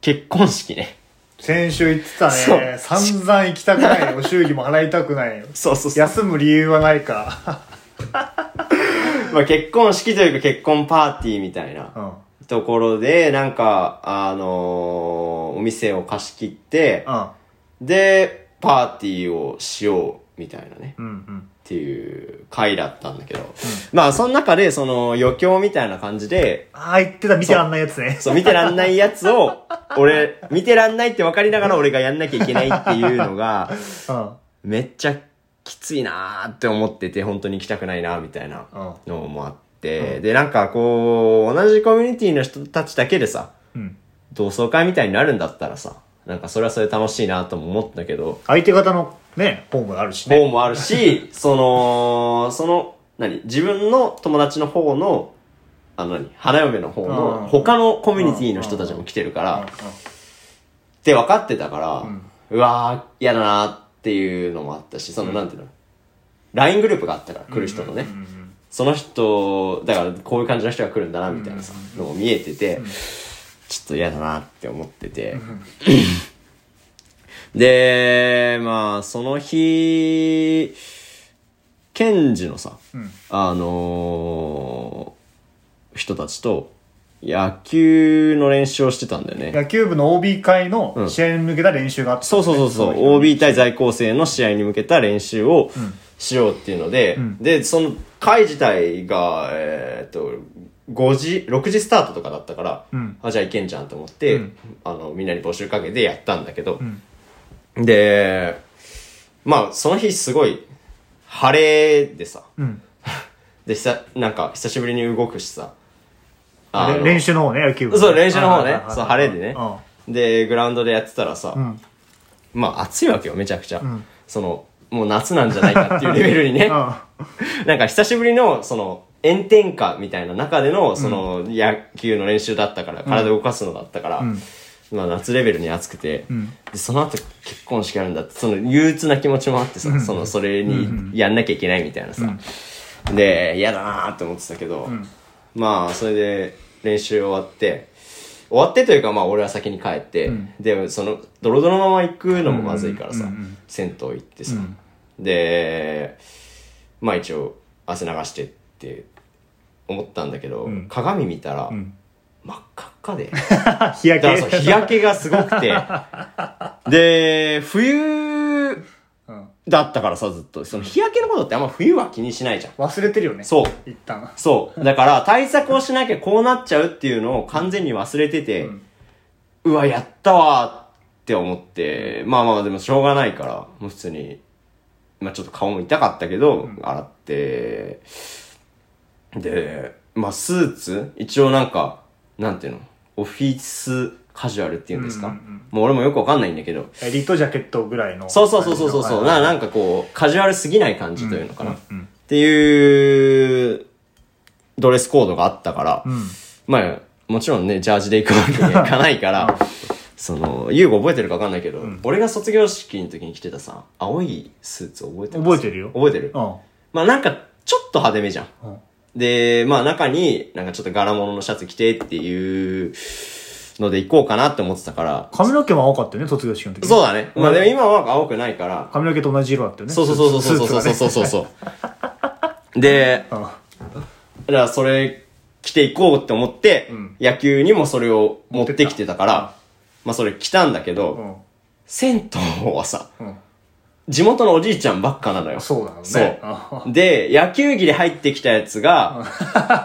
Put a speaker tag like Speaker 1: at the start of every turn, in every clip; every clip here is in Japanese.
Speaker 1: 結婚式ね。
Speaker 2: 先週言ってた
Speaker 1: そう
Speaker 2: ね。散々行きたくないよ。祝儀も払いたくないよ。
Speaker 1: そうそうそう。
Speaker 2: 休む理由はない か。
Speaker 1: まあ結婚式というか結婚パーティーみたいな
Speaker 2: うん。うん。
Speaker 1: ところで、なんか、あのーお店を貸し切って、で、パーティーをしようみたいなね。
Speaker 2: うんうん。
Speaker 1: っていう回だったんだけど、まあその中でその余興みたいな感じで
Speaker 2: ああ、言ってた見てらんないやつね。
Speaker 1: そう見てらんないやつを俺見てらんないって分かりながら俺がやんなきゃいけないっていうの が
Speaker 2: うん。
Speaker 1: めっちゃきついなーって思ってて本当に行きたくないなーみたいな
Speaker 2: うん。
Speaker 1: のもあって、でなんかこう同じコミュニティの人たちだけでさ
Speaker 2: うん。
Speaker 1: 同窓会みたいになるんだったらさなんかそれはそれで楽しいなとも思ったけど
Speaker 2: 相手方のね、ホームがあるしね。
Speaker 1: 方もある し、その、その、何自分の友達の方の、あの何花嫁の方
Speaker 2: うん
Speaker 1: の、他のコミュニティの人たちも来てるから、っ
Speaker 2: う
Speaker 1: て分かってたから
Speaker 2: ん、
Speaker 1: うわー、嫌だなっていうのもあったし、その、なんていうの ?LINE グループがあったから、来る人のね
Speaker 2: ん。うんうん
Speaker 1: その人、だからこういう感じの人が来るんだな、みたいなさ、のも見えてて、ちょっと嫌だなって思ってて。で、まあ、その日、ケンジのさ、
Speaker 2: うん。
Speaker 1: あのー人たちと野球の練習をしてたんだよね。
Speaker 2: 野球部の OB 会の
Speaker 1: ん
Speaker 2: 試合に向けた練習があった、
Speaker 1: そうそうそうそう、
Speaker 2: の日
Speaker 1: OB 対在校生の試合に向けた練習をしようっていうので、
Speaker 2: ん
Speaker 1: で、その会自体が、えーっと、5時、6時スタートとかだったから、
Speaker 2: うん
Speaker 1: あ、じゃあいけんじゃんと思って、
Speaker 2: うん
Speaker 1: あの、みんなに募集かけてやったんだけど、
Speaker 2: ん
Speaker 1: で、まあ、その日すごい、晴れでさ、
Speaker 2: うん。
Speaker 1: で、久、なんか、久しぶりに動くしさ、
Speaker 2: れ
Speaker 1: の
Speaker 2: 練習の方ね、野球部。
Speaker 1: そう、練習の方
Speaker 2: はい
Speaker 1: ね
Speaker 2: はい。はい
Speaker 1: そう、晴れでね
Speaker 2: うん。
Speaker 1: で、グラウンドでやってたらさ、
Speaker 2: ん
Speaker 1: まあ暑いわけよ、めちゃくちゃ。
Speaker 2: ん
Speaker 1: その、もう夏なんじゃないかっていうレベルにね。
Speaker 2: う
Speaker 1: なんか久しぶりの、その、炎天下みたいな中での、その、野球の練習だったから、体を動かすのだったから、
Speaker 2: ん
Speaker 1: まあ夏レベルに暑くて、
Speaker 2: ん
Speaker 1: でその後結婚式あるんだって、その憂鬱な気持ちもあってさ、その、それにやんなきゃいけないみたいなさ。で、嫌だなーって思ってたけど、まあ、それで練習終わって、終わってというか、まあ、俺は先に帰って、で、その、ドロドロのまま行くのもまずいからさ、銭湯行ってさ、で、まあ一応、汗流してって思ったんだけど、
Speaker 2: ん
Speaker 1: 鏡見たら、
Speaker 2: ん
Speaker 1: 真っ赤っかで、
Speaker 2: ん。日焼
Speaker 1: だから
Speaker 2: け。
Speaker 1: そう日焼けがすごくて、で、冬
Speaker 2: うん
Speaker 1: だったからさ、ずっと、その日焼けのことってあんま冬は気にしないじゃん。
Speaker 2: 忘れてるよね。
Speaker 1: そう。
Speaker 2: う。一旦。
Speaker 1: そう。だから、対策をしなきゃこうなっちゃうっていうのを完全に忘れてて、うわ、やったわって思って、まあまあでもしょうがないから、もう普通に、まあちょっと顔も痛かったけど、洗って、で、まあスーツ一応なんか、なんていうのオフィスカジュアルっていうんですか、
Speaker 2: うんうんうん
Speaker 1: もう俺もよくわかんないんだけど、
Speaker 2: エリートジャケットぐらいの。
Speaker 1: そうそうそうそうそうそう、
Speaker 2: は
Speaker 1: な、
Speaker 2: い
Speaker 1: なんかこう、カジュアルすぎない感じというのかな。
Speaker 2: うんうん
Speaker 1: っていう、ドレスコードがあったから、
Speaker 2: ん
Speaker 1: まあ、もちろんね、ジャージで行くわけにはいかない から、その、優吾覚えてるか分かんないけど、俺が卒業式の時に着てたさ、青いスーツ覚えてる
Speaker 2: 覚えてるよ
Speaker 1: 覚えてる。まあなんか、ちょっと派手めじゃん。
Speaker 2: うん。うん。
Speaker 1: で、まあ中になんかちょっと柄物のシャツ着てっていうので行こうかなって思ってたから、
Speaker 2: 髪の毛も青かったよね、卒業式の時。
Speaker 1: そう
Speaker 2: う。
Speaker 1: だね。まあでも今は青くないから、
Speaker 2: 髪の毛と同じ色だったよね。
Speaker 1: そうそうそうそうそうそうそうそうそう。で、
Speaker 2: う。うん。
Speaker 1: だからそれ着ていこうって思って、
Speaker 2: ん
Speaker 1: 野球にもそれを持ってきてたから、
Speaker 2: 持って
Speaker 1: まあそれ着たんだけど、
Speaker 2: うん。
Speaker 1: 銭湯はさ、
Speaker 2: うん。
Speaker 1: 地元のおじいちゃんばっかなのよ。
Speaker 2: そうだろうね
Speaker 1: そう。で、野球着で入ってきたやつが、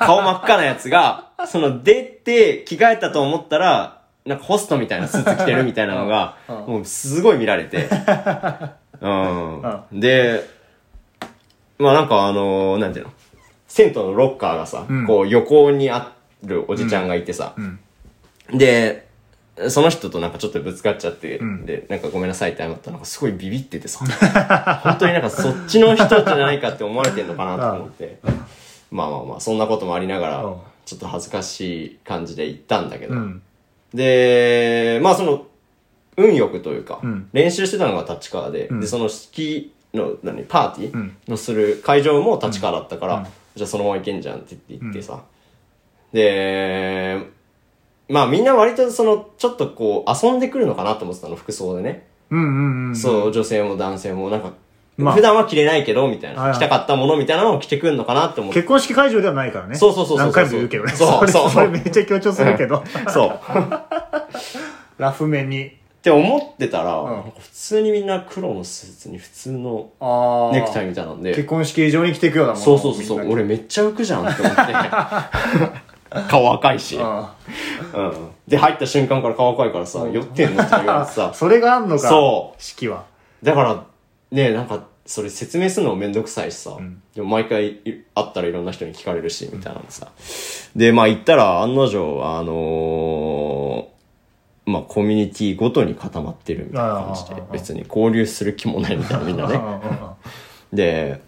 Speaker 1: 顔真っ赤なやつが、その出て着替えたと思ったら、なんかホストみたいなスーツ着てるみたいなのが、
Speaker 2: うんうん
Speaker 1: もうすごい見られて。 うん。で、まあなんかあのなんていうの銭湯のロッカーがさ、
Speaker 2: ん
Speaker 1: こう横にあるおじちゃんがいてさ、
Speaker 2: ん
Speaker 1: で、その人となんかちょっとぶつかっちゃって、
Speaker 2: ん
Speaker 1: で、なんかごめんなさいって謝ったのがすごいビビっててさ、 本当になんかそっちの人じゃないかって思われてんのかなと思って、まあまあまあ、そんなこともありなが
Speaker 2: うん
Speaker 1: ら、ちょっと恥ずかしい感じで行ったんだけど、
Speaker 2: うん。
Speaker 1: で、まあその、運よくというか、
Speaker 2: ん
Speaker 1: 練習してたのが立川で、
Speaker 2: ん
Speaker 1: で、その式の、何、パーティー
Speaker 2: ん
Speaker 1: のする会場も立川だったから、
Speaker 2: うん
Speaker 1: じゃあそのまま行けんじゃんって言って行ってさ、で、まあみんな割とその、ちょっとこう、遊んでくるのかなと思ってたの、服装でね。
Speaker 2: うんうんうん。
Speaker 1: そう、女性も男性も、なんか、
Speaker 2: まあ
Speaker 1: 普段は着れないけど、みたい
Speaker 2: はい
Speaker 1: な。
Speaker 2: はい
Speaker 1: 着たかったものみたいなのを着てくるのかなって思って。
Speaker 2: 結婚式会場ではないからね。
Speaker 1: そうそうそうそう
Speaker 2: 何回も言うけどね。
Speaker 1: そう
Speaker 2: れ
Speaker 1: そう
Speaker 2: それめっちゃ強調するけど。
Speaker 1: そう。っ
Speaker 2: ラフ面に。
Speaker 1: て思ってたら、
Speaker 2: ん
Speaker 1: なんか普通にみんな黒のスーツに普通の
Speaker 2: あ
Speaker 1: ネクタイみたいなん
Speaker 2: 結
Speaker 1: で、
Speaker 2: 婚式場に着ていくようなもの。
Speaker 1: そうそうそうそう、
Speaker 2: みんな
Speaker 1: 俺めっちゃ浮くじゃんって思って。顔赤いし。うん。
Speaker 2: あ
Speaker 1: で、入った瞬間から顔赤いからさ、酔ってんのって言われて
Speaker 2: あ
Speaker 1: さ。
Speaker 2: それがあんのか。。
Speaker 1: そう
Speaker 2: 式は。
Speaker 1: だから、ねなんか、それ説明するのもめんどくさいしさ、でも毎回い会ったらいろんな人に聞かれるし、みたいなのさ。で、まあ行ったら案の定、あのーまあコミュニティごとに固まってるみたいな感じで
Speaker 2: あーあーあ、ー
Speaker 1: 別に交流する気もないみたいな、みんなね。で、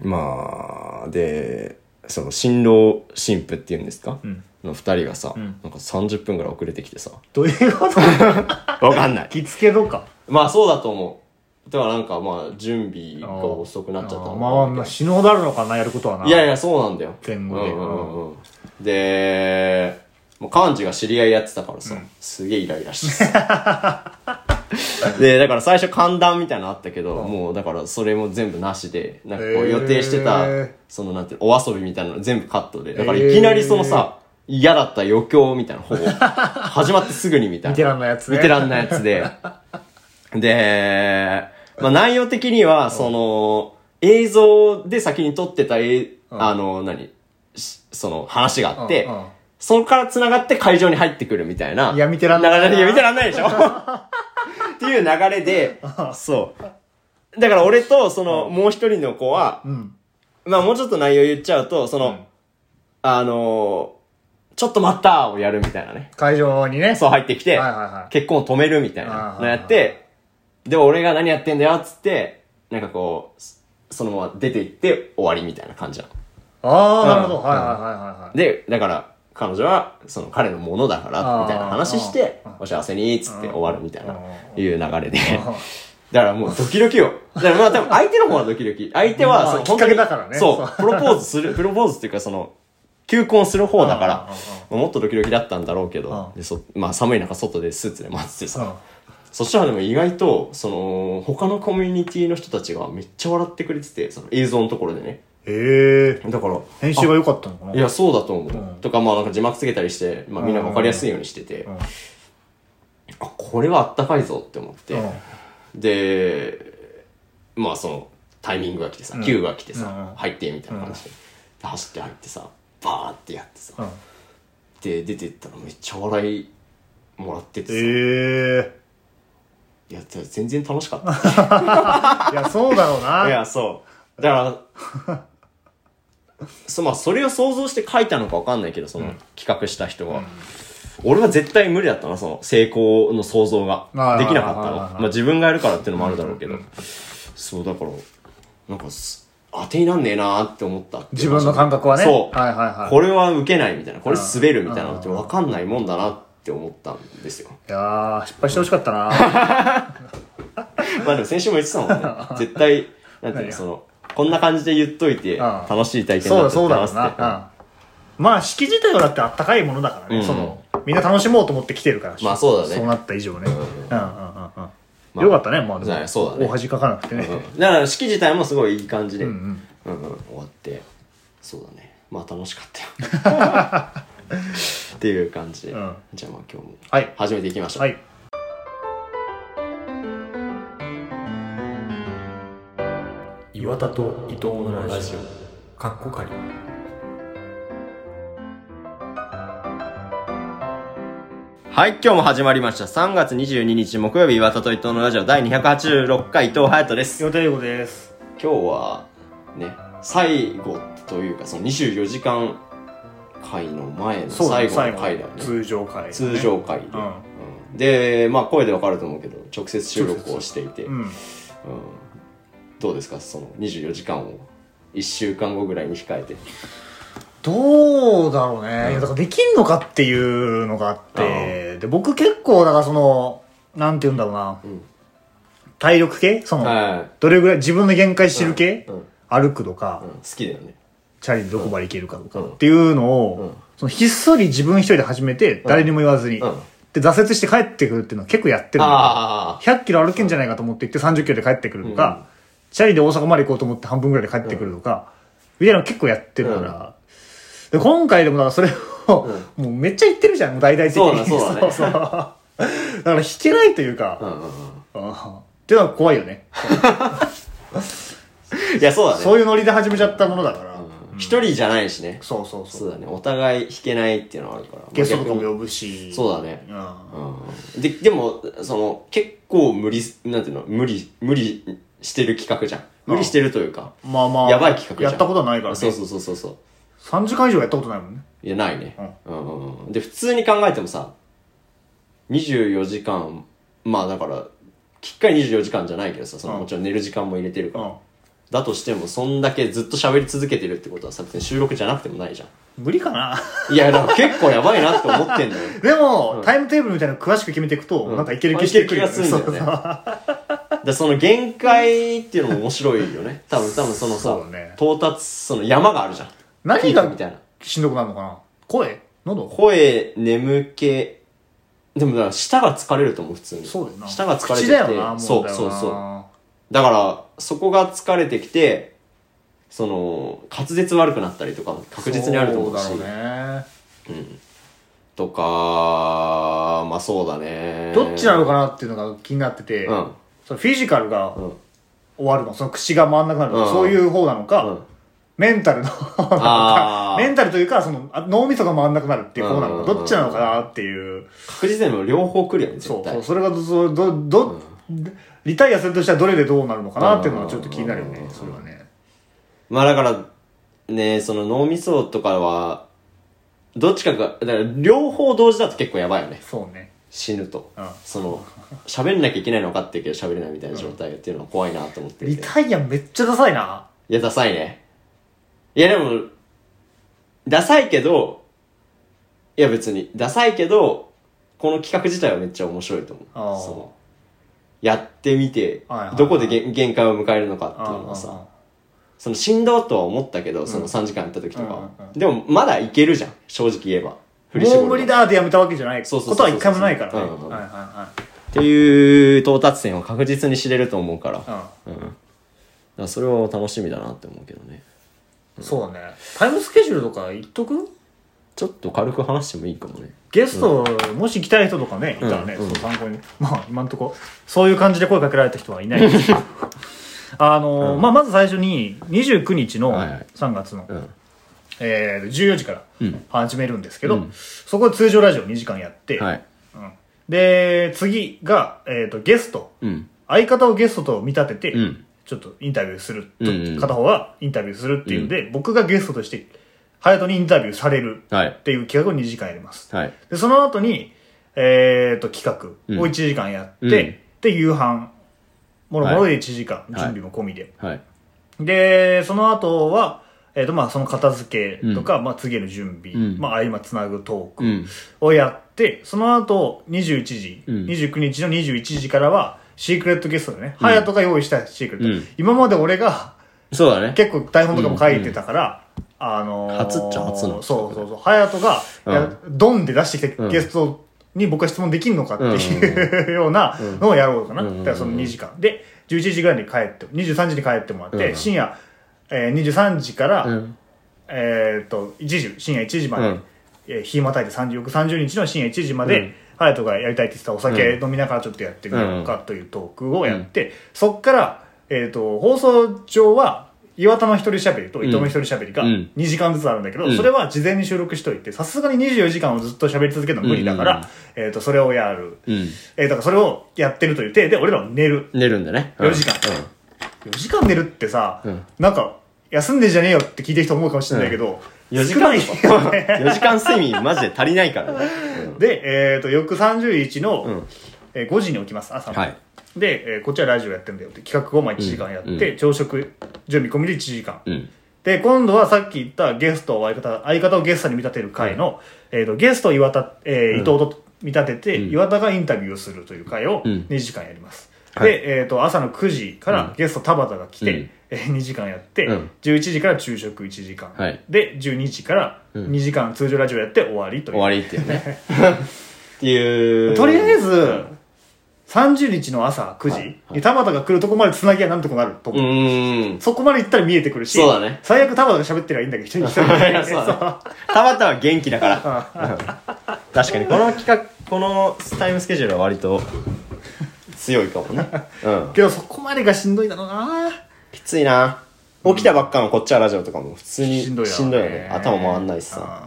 Speaker 1: まあ、で、その新郎新婦っていうんですか、
Speaker 2: ん
Speaker 1: の二人がさ、
Speaker 2: ん
Speaker 1: なんか30分ぐらい遅れてきてさ、
Speaker 2: どういうこと
Speaker 1: わかんない。
Speaker 2: 着付けとか。
Speaker 1: まあそうだと思う。だからなんかまあ準備が遅くなっちゃったの
Speaker 2: あー
Speaker 1: か
Speaker 2: まあまあ、死のうなるのかな、やることはな。
Speaker 1: いやいや、そうなんだよ。
Speaker 2: 前後
Speaker 1: う
Speaker 2: で
Speaker 1: んうんうんうんで、もう幹事が知り合いやってたからさ、すげえイライラしてさで、だから最初寒暖みたいなのあったけど、もうだからそれも全部なしで、なんかこ
Speaker 2: へ
Speaker 1: う
Speaker 2: ー
Speaker 1: 予定してた、そのなんていうのお遊びみたいなの全部カットで、だからいきなりそのさ、嫌だった余興みたいな、ほぼ。始まってすぐにみたいな。
Speaker 2: 見てらんないやつね
Speaker 1: 見てらんないやつで。で、まあ内容的には、その、映像で先に撮ってたえい、
Speaker 2: ん
Speaker 1: あの、何しその話があって、
Speaker 2: うんうん
Speaker 1: そこから繋がって会場に入ってくるみたいな。
Speaker 2: いや見てらんない
Speaker 1: 流れいや、見てらんないでしょ っていう流れで、そう。だから俺と、その、もう一人の子は、
Speaker 2: うん。
Speaker 1: まあもうちょっと内容言っちゃうと、その、
Speaker 2: うん
Speaker 1: あのーちょっと待ったをやるみたいなね。
Speaker 2: 会場にね。
Speaker 1: そう入ってきて、
Speaker 2: はいはいはい
Speaker 1: 結婚を止めるみたいなのやっ
Speaker 2: はいは
Speaker 1: て、で、俺が何やってんだよっつって、なんかこう、そそのまま出て行って終わりみたいな感じなの。
Speaker 2: ああ、なるほ
Speaker 1: う
Speaker 2: ど。
Speaker 1: ん
Speaker 2: はいはいはいはい。
Speaker 1: で、だから、彼女は、その彼のものだから、
Speaker 2: あー
Speaker 1: みたいな話して
Speaker 2: あ、
Speaker 1: お幸せに、つって終わるみたいな
Speaker 2: あ、
Speaker 1: いう流れで。だからもうドキドキよ。だからまあ多分相手の方はドキドキ。相手
Speaker 2: ま
Speaker 1: は
Speaker 2: あ
Speaker 1: その
Speaker 2: きっかけだからね
Speaker 1: そ
Speaker 2: そう
Speaker 1: う、プロポーズ する、プロポーズっていうかその、求婚する方だから
Speaker 2: うんうんうん、
Speaker 1: まあもっとドキドキだったんだろうけど
Speaker 2: う、ん
Speaker 1: でそまあ寒い中外でスーツで待ってて
Speaker 2: うん
Speaker 1: さ、そしたらでも意外と、その、他のコミュニティの人たちがめっちゃ笑ってくれてて、その映像のところでね。
Speaker 2: へえ。
Speaker 1: だから、
Speaker 2: 編集が良かったのかない
Speaker 1: や、そうだと思う。
Speaker 2: うん
Speaker 1: とか、まあなんか字幕つけたりして、まあみんなわかりやすいようにしてて、
Speaker 2: ん
Speaker 1: あ、これはあったかいぞって思って、で、まあそのタイミングが来てさ、
Speaker 2: うん
Speaker 1: Q が来てさ、
Speaker 2: うんうん
Speaker 1: 入ってみたいな感じで、で走って入ってさ、バーってやってさ、
Speaker 2: うん。うん。
Speaker 1: で、出てったらめっちゃ笑いもらっててさ、
Speaker 2: え
Speaker 1: い
Speaker 2: え。
Speaker 1: や、全然楽しかった。
Speaker 2: いや、そうだろう
Speaker 1: い
Speaker 2: な。
Speaker 1: や、そう。だから、 そまあ、それを想像して書いたのかわかんないけど、その、企画した人は。俺は絶対無理だったな、その、成功の想像が
Speaker 2: あ。ー
Speaker 1: できなかったの
Speaker 2: あーあーあ。ー
Speaker 1: まあ、自分がやるからっていうのもあるだろうけど。そう、だから、なんかす、当てになんねえなーって思ったってい
Speaker 2: 自
Speaker 1: う話
Speaker 2: 分の感覚はね。
Speaker 1: そう。
Speaker 2: はいはいはい。
Speaker 1: これは受けないみたいな、これ滑るみたいな
Speaker 2: あ
Speaker 1: の
Speaker 2: ー
Speaker 1: ってわかんないもんだなって思ったんですよ。
Speaker 2: いやー、失敗してほしかっ たな。
Speaker 1: まあでも先週も言って たもんね。絶対、なんていう
Speaker 2: 何
Speaker 1: の、
Speaker 2: が
Speaker 1: その、こんな感じで言っといて、
Speaker 2: ん
Speaker 1: 楽しい体験
Speaker 2: そう
Speaker 1: だった
Speaker 2: だ、
Speaker 1: っ
Speaker 2: そ
Speaker 1: て
Speaker 2: うだろ
Speaker 1: 話
Speaker 2: う
Speaker 1: してたから
Speaker 2: な。うん。まあ、式自体はだってあったかいものだから
Speaker 1: うん
Speaker 2: ね。その、みんな楽しもうと思って来てるから。
Speaker 1: まあそうだね
Speaker 2: そうなった以上ね。うんうんうんうん。
Speaker 1: あ
Speaker 2: よかったね、まあで
Speaker 1: じゃあ
Speaker 2: も。
Speaker 1: そうだね
Speaker 2: 大恥かかなくてね。
Speaker 1: うんだから式自体もすごいいい感じで、うん
Speaker 2: う
Speaker 1: う
Speaker 2: ん
Speaker 1: ん終わってそうだねまあ楽しかったよ っていう感じで、
Speaker 2: うん
Speaker 1: じゃあまあ今日も
Speaker 2: はい
Speaker 1: 始めていきましょう、
Speaker 2: はい。
Speaker 3: 岩田と伊藤のラジオかっこかり
Speaker 1: はい、今日も始まりました3月22日木曜日岩田と伊藤のラジオ第286回伊藤隼人です
Speaker 2: 予定英語です。
Speaker 1: 今日はね最後というかその24時間回の前の
Speaker 2: そう
Speaker 1: 最
Speaker 2: だね
Speaker 1: 後の回だよね
Speaker 2: 通常会。
Speaker 1: 通常回で、
Speaker 2: うん
Speaker 1: うんでまあ声でわかると思うけど直接収録をしていて、
Speaker 2: うん。
Speaker 1: うんどうですかその24時間を1週間後ぐらいに控えて
Speaker 2: どうだろうね、いやだからできんのかっていうのがあって、で僕結構だからそのなんて言うんだろうな、
Speaker 1: ん
Speaker 2: 体力系その、
Speaker 1: は
Speaker 2: どれぐらい自分の限界知る系、
Speaker 1: うん
Speaker 2: 歩くとか
Speaker 1: い、、うん好きだよね
Speaker 2: チャリでどこまで行けるかとかっていうのを、そのひっそり自分一人で始めて、誰にも言わずに、
Speaker 1: うん
Speaker 2: で、挫折して帰ってくるっていうのは結構やってるのよ
Speaker 1: ああ
Speaker 2: 100キロ歩けんじゃないかと思って行って30キロで帰ってくるとか、チャリで大阪まで行こうと思って半分ぐらいで帰ってくるとか、みたいなの結構やってるから、で今回でもだからそれを、もうめっちゃ行ってるじゃん、もう大々的に。
Speaker 1: そうだそうだね
Speaker 2: そうそうだから引けないという
Speaker 1: う
Speaker 2: か、
Speaker 1: んうん
Speaker 2: うんっていうのは怖いよね。
Speaker 1: うんいやそうだね
Speaker 2: そういうノリで始めちゃったものだから。
Speaker 1: うん一人じゃないしね
Speaker 2: そうそうそ
Speaker 1: そう
Speaker 2: う。
Speaker 1: だねお互い弾けないっていうのはあるから
Speaker 2: ゲストとか
Speaker 1: まあ逆に
Speaker 2: も呼ぶし。
Speaker 1: そうだね
Speaker 2: うん
Speaker 1: うんででもその結構無理なんていうの無理無理してる企画じゃん無理してるというか
Speaker 2: まあまあ、
Speaker 1: やばい企画じゃん
Speaker 2: やったことないからね。
Speaker 1: そうそうそうそうそう
Speaker 2: 3時間以上やったことないもんね。
Speaker 1: いやないね、うんうんうんで普通に考えてもさ24時間まあだからきっかり24時間じゃないけどさその、
Speaker 2: うん
Speaker 1: もちろん寝る時間も入れてるから、
Speaker 2: う
Speaker 1: だとしてもそんだけずっと喋り続けてるってことはさ別に収録じゃなくてもないじゃん
Speaker 2: ん。無理かな。
Speaker 1: いやだから結構やばいなって思ってんだよ
Speaker 2: でも、タイムテーブルみたいなの詳しく決めていくと、
Speaker 1: うん
Speaker 2: なんかいける気してくるよね
Speaker 1: いける気がするんだよね
Speaker 2: そう
Speaker 1: でその限界っていうのも面白いよ ね多分多分そのさ
Speaker 2: そうだね
Speaker 1: 到達その山があるじゃん
Speaker 2: 何
Speaker 1: ピーク
Speaker 2: が
Speaker 1: み たいな
Speaker 2: しんどくなるのかな声喉
Speaker 1: 声眠気でもだから舌が疲れると思う普通に
Speaker 2: そうだよな。
Speaker 1: 舌が疲れてき
Speaker 2: 口
Speaker 1: て
Speaker 2: だよな、もう。
Speaker 1: そう
Speaker 2: だよ
Speaker 1: そう
Speaker 2: な
Speaker 1: そうだから、そこが疲れてきて、その、滑舌悪くなったりとか、確実にあると思うし。
Speaker 2: そうだろうね。
Speaker 1: とか、まあそうだね。
Speaker 2: どっちなのかなっていうのが気になってて、
Speaker 1: うん。
Speaker 2: そのフィジカルが
Speaker 1: うん。
Speaker 2: 終わるの、その口が回んなくなるの
Speaker 1: う
Speaker 2: か、
Speaker 1: ん
Speaker 2: そういう方なのか、
Speaker 1: うん
Speaker 2: メンタルの
Speaker 1: あー
Speaker 2: メンタルというか、その、あ脳みそが回んなくなるっていう方な
Speaker 1: うん
Speaker 2: のか、どっちなのかなっていう。
Speaker 1: 確実にもう両方来るよね、
Speaker 2: そ
Speaker 1: 絶
Speaker 2: うそう、
Speaker 1: 対。
Speaker 2: それがど、ど、ど、リタイアするとしたらどれでどうなるのかなっていうのはちょっと気になるよ
Speaker 1: う
Speaker 2: ね
Speaker 1: ん、
Speaker 2: それはね。
Speaker 1: まあだから、ね、その脳みそとかは、どっちかが、だから両方同時だと結構やばいよね。
Speaker 2: そうね。
Speaker 1: 死ぬと。
Speaker 2: うん
Speaker 1: その、喋んなきゃいけないの分かってるけど喋れないみたいな状態っていうのは怖いなと思ってて。
Speaker 2: リタイアめっちゃダサいな。
Speaker 1: いや、ダサいね。いや、でも、ダサいけど、いや別に、ダサいけど、この企画自体はめっちゃ面白いと
Speaker 2: あ
Speaker 1: 思
Speaker 2: ー
Speaker 1: う。そのやってみて
Speaker 2: はいはいは、い
Speaker 1: どこで限限界を迎えるのかっていうのは
Speaker 2: うんうんう
Speaker 1: さ
Speaker 2: ん、
Speaker 1: そのしんどいとは思ったけど、その3時間やった時とかは
Speaker 2: うんうんう
Speaker 1: でも、まだいけるじゃん、正直言えば。振り絞
Speaker 2: も
Speaker 1: れ
Speaker 2: う
Speaker 1: ば
Speaker 2: 無理だーってやめたわけじゃない
Speaker 1: そう
Speaker 2: こ
Speaker 1: そうそう
Speaker 2: とは一回もないからね。は
Speaker 1: う
Speaker 2: い
Speaker 1: ん
Speaker 2: は
Speaker 1: うん
Speaker 2: いは
Speaker 1: っていう到達点を確実に知れると思うから、だ
Speaker 2: い
Speaker 1: か
Speaker 2: はい。
Speaker 1: らそれは楽しみだなって思うけどね。
Speaker 2: うん。そうだね。タイムスケジュールとか言っとく
Speaker 1: ちょっと軽く話してもいいかもね。
Speaker 2: ゲスト、もし来たい人とかね、いたらね、
Speaker 1: うんうん
Speaker 2: そう参考に。まあ、今んとこ、そういう感じで声かけられた人はいないですあのーまあ、まず最初に、29日の
Speaker 1: はいはい
Speaker 2: 3月の、
Speaker 1: ん
Speaker 2: えー14時から
Speaker 1: うん
Speaker 2: 始めるんですけど、
Speaker 1: うん
Speaker 2: そこで通常ラジオ2時間やって、
Speaker 1: はい。
Speaker 2: うんで、次が、えっ、と、ゲスト、
Speaker 1: うん。
Speaker 2: 相方をゲストと見立てて、
Speaker 1: うん。
Speaker 2: ちょっとインタビューする、
Speaker 1: うんうん
Speaker 2: 片方はインタビューするっていうので、僕がゲストとして、ハヤトにインタビューされる
Speaker 1: はい
Speaker 2: っ。ていう企画を2時間やります。
Speaker 1: はい。
Speaker 2: で、その後に、えっと、企画を1時間やって、
Speaker 1: うん
Speaker 2: で、夕飯、もろもろで1時間、準備も込みで。
Speaker 1: はい。
Speaker 2: で、その後は、えっと、まあ、その片付けとか、まあ、次への準備、
Speaker 1: うん
Speaker 2: まあ、合間つなぐトーク
Speaker 1: うん。
Speaker 2: をやって、その後、21時、
Speaker 1: うん
Speaker 2: 29日の21時からは、シークレットゲストでね、ハヤトが用意したシークレット。
Speaker 1: うん
Speaker 2: 今まで俺が、
Speaker 1: そうだね。
Speaker 2: 結構台本とかも書いてたから、あのー、
Speaker 1: 初っちゃ初の
Speaker 2: そうそうそう隼人が、
Speaker 1: うん
Speaker 2: いやドンで出してきたゲストに僕は質問できるのかっていう、ようなのをやろうかな、
Speaker 1: うんうんうん
Speaker 2: だからその2時間で11時ぐらいに帰って23時に帰ってもらって、
Speaker 1: うん
Speaker 2: 深夜、えー、23時から、
Speaker 1: うん。
Speaker 2: えーっと1時深夜1時まで、
Speaker 1: うん
Speaker 2: えー日またいで30翌30日の深夜1時ま
Speaker 1: う
Speaker 2: で
Speaker 1: ん
Speaker 2: 隼人、がやりたいって言ってたお酒飲みながらちょっとやってみようかというトークをやって、そっから、えーっと放送上は岩田の一人喋りと伊藤の一人喋りが
Speaker 1: うん
Speaker 2: 2時間ずつあるんだけど、
Speaker 1: うん
Speaker 2: それは事前に収録しといてさすがに24時間をずっと喋り続けるのは無理だか
Speaker 1: うん
Speaker 2: ら、えーっとそれをやる、
Speaker 1: うん。
Speaker 2: えーだからそれをやってるという体で俺らは寝る
Speaker 1: 寝るんだね。
Speaker 2: 4時間
Speaker 1: うん。
Speaker 2: 4時間寝るってさ、
Speaker 1: うん
Speaker 2: なんか休んでんじゃねえよって聞いてる人思うかもしれないけど、
Speaker 1: 4時
Speaker 2: 少
Speaker 1: 間
Speaker 2: ないよね
Speaker 1: ?4 時間睡眠マジで足りないからね。
Speaker 2: で、えっ、と、翌31の、
Speaker 1: ん
Speaker 2: えー5時に起きます、朝の。
Speaker 1: はい
Speaker 2: で、えーこっちはラジオやってんだよって企画をまあ1時間やって、
Speaker 1: うんう
Speaker 2: 朝食準備込みで1時間。
Speaker 1: うん。
Speaker 2: で、今度はさっき言ったゲストを相方、相方をゲストに見立てる回の、えっ、と、ゲストを岩田、えー伊藤と見立てて、岩田がインタビューをするという回を
Speaker 1: うん
Speaker 2: 2時間やります。
Speaker 1: はい
Speaker 2: で、えっ、と、朝の9時からゲスト田畑が来て、
Speaker 1: うん
Speaker 2: えー2時間やって、
Speaker 1: うん
Speaker 2: 11時から昼食1時間、
Speaker 1: はい
Speaker 2: で12時から
Speaker 1: うん
Speaker 2: 2時間通常ラジオやって終わりという、
Speaker 1: 終わりっていうね っていう
Speaker 2: とりあえず、
Speaker 1: うん
Speaker 2: 30日の朝9
Speaker 1: は
Speaker 2: 時
Speaker 1: いは
Speaker 2: に田畑が来るとこまでつなぎはなんとかなると
Speaker 1: う
Speaker 2: 思う、
Speaker 1: ーん
Speaker 2: そこまで行ったら見えてくるし
Speaker 1: そうだね
Speaker 2: 最悪田畑が喋ってりゃいいんだけど一人一人
Speaker 1: そうだね田畑は元気だからうん確かにこの企画このタイムスケジュールは割と強いかもねうん
Speaker 2: けどそこまでがしんどいだろうな
Speaker 1: きついな起きたばっかのこっちはラジオとかも普通に
Speaker 2: し
Speaker 1: し
Speaker 2: ん
Speaker 1: ん
Speaker 2: ど
Speaker 1: ど
Speaker 2: い
Speaker 1: い
Speaker 2: よね
Speaker 1: よね頭回んないしさ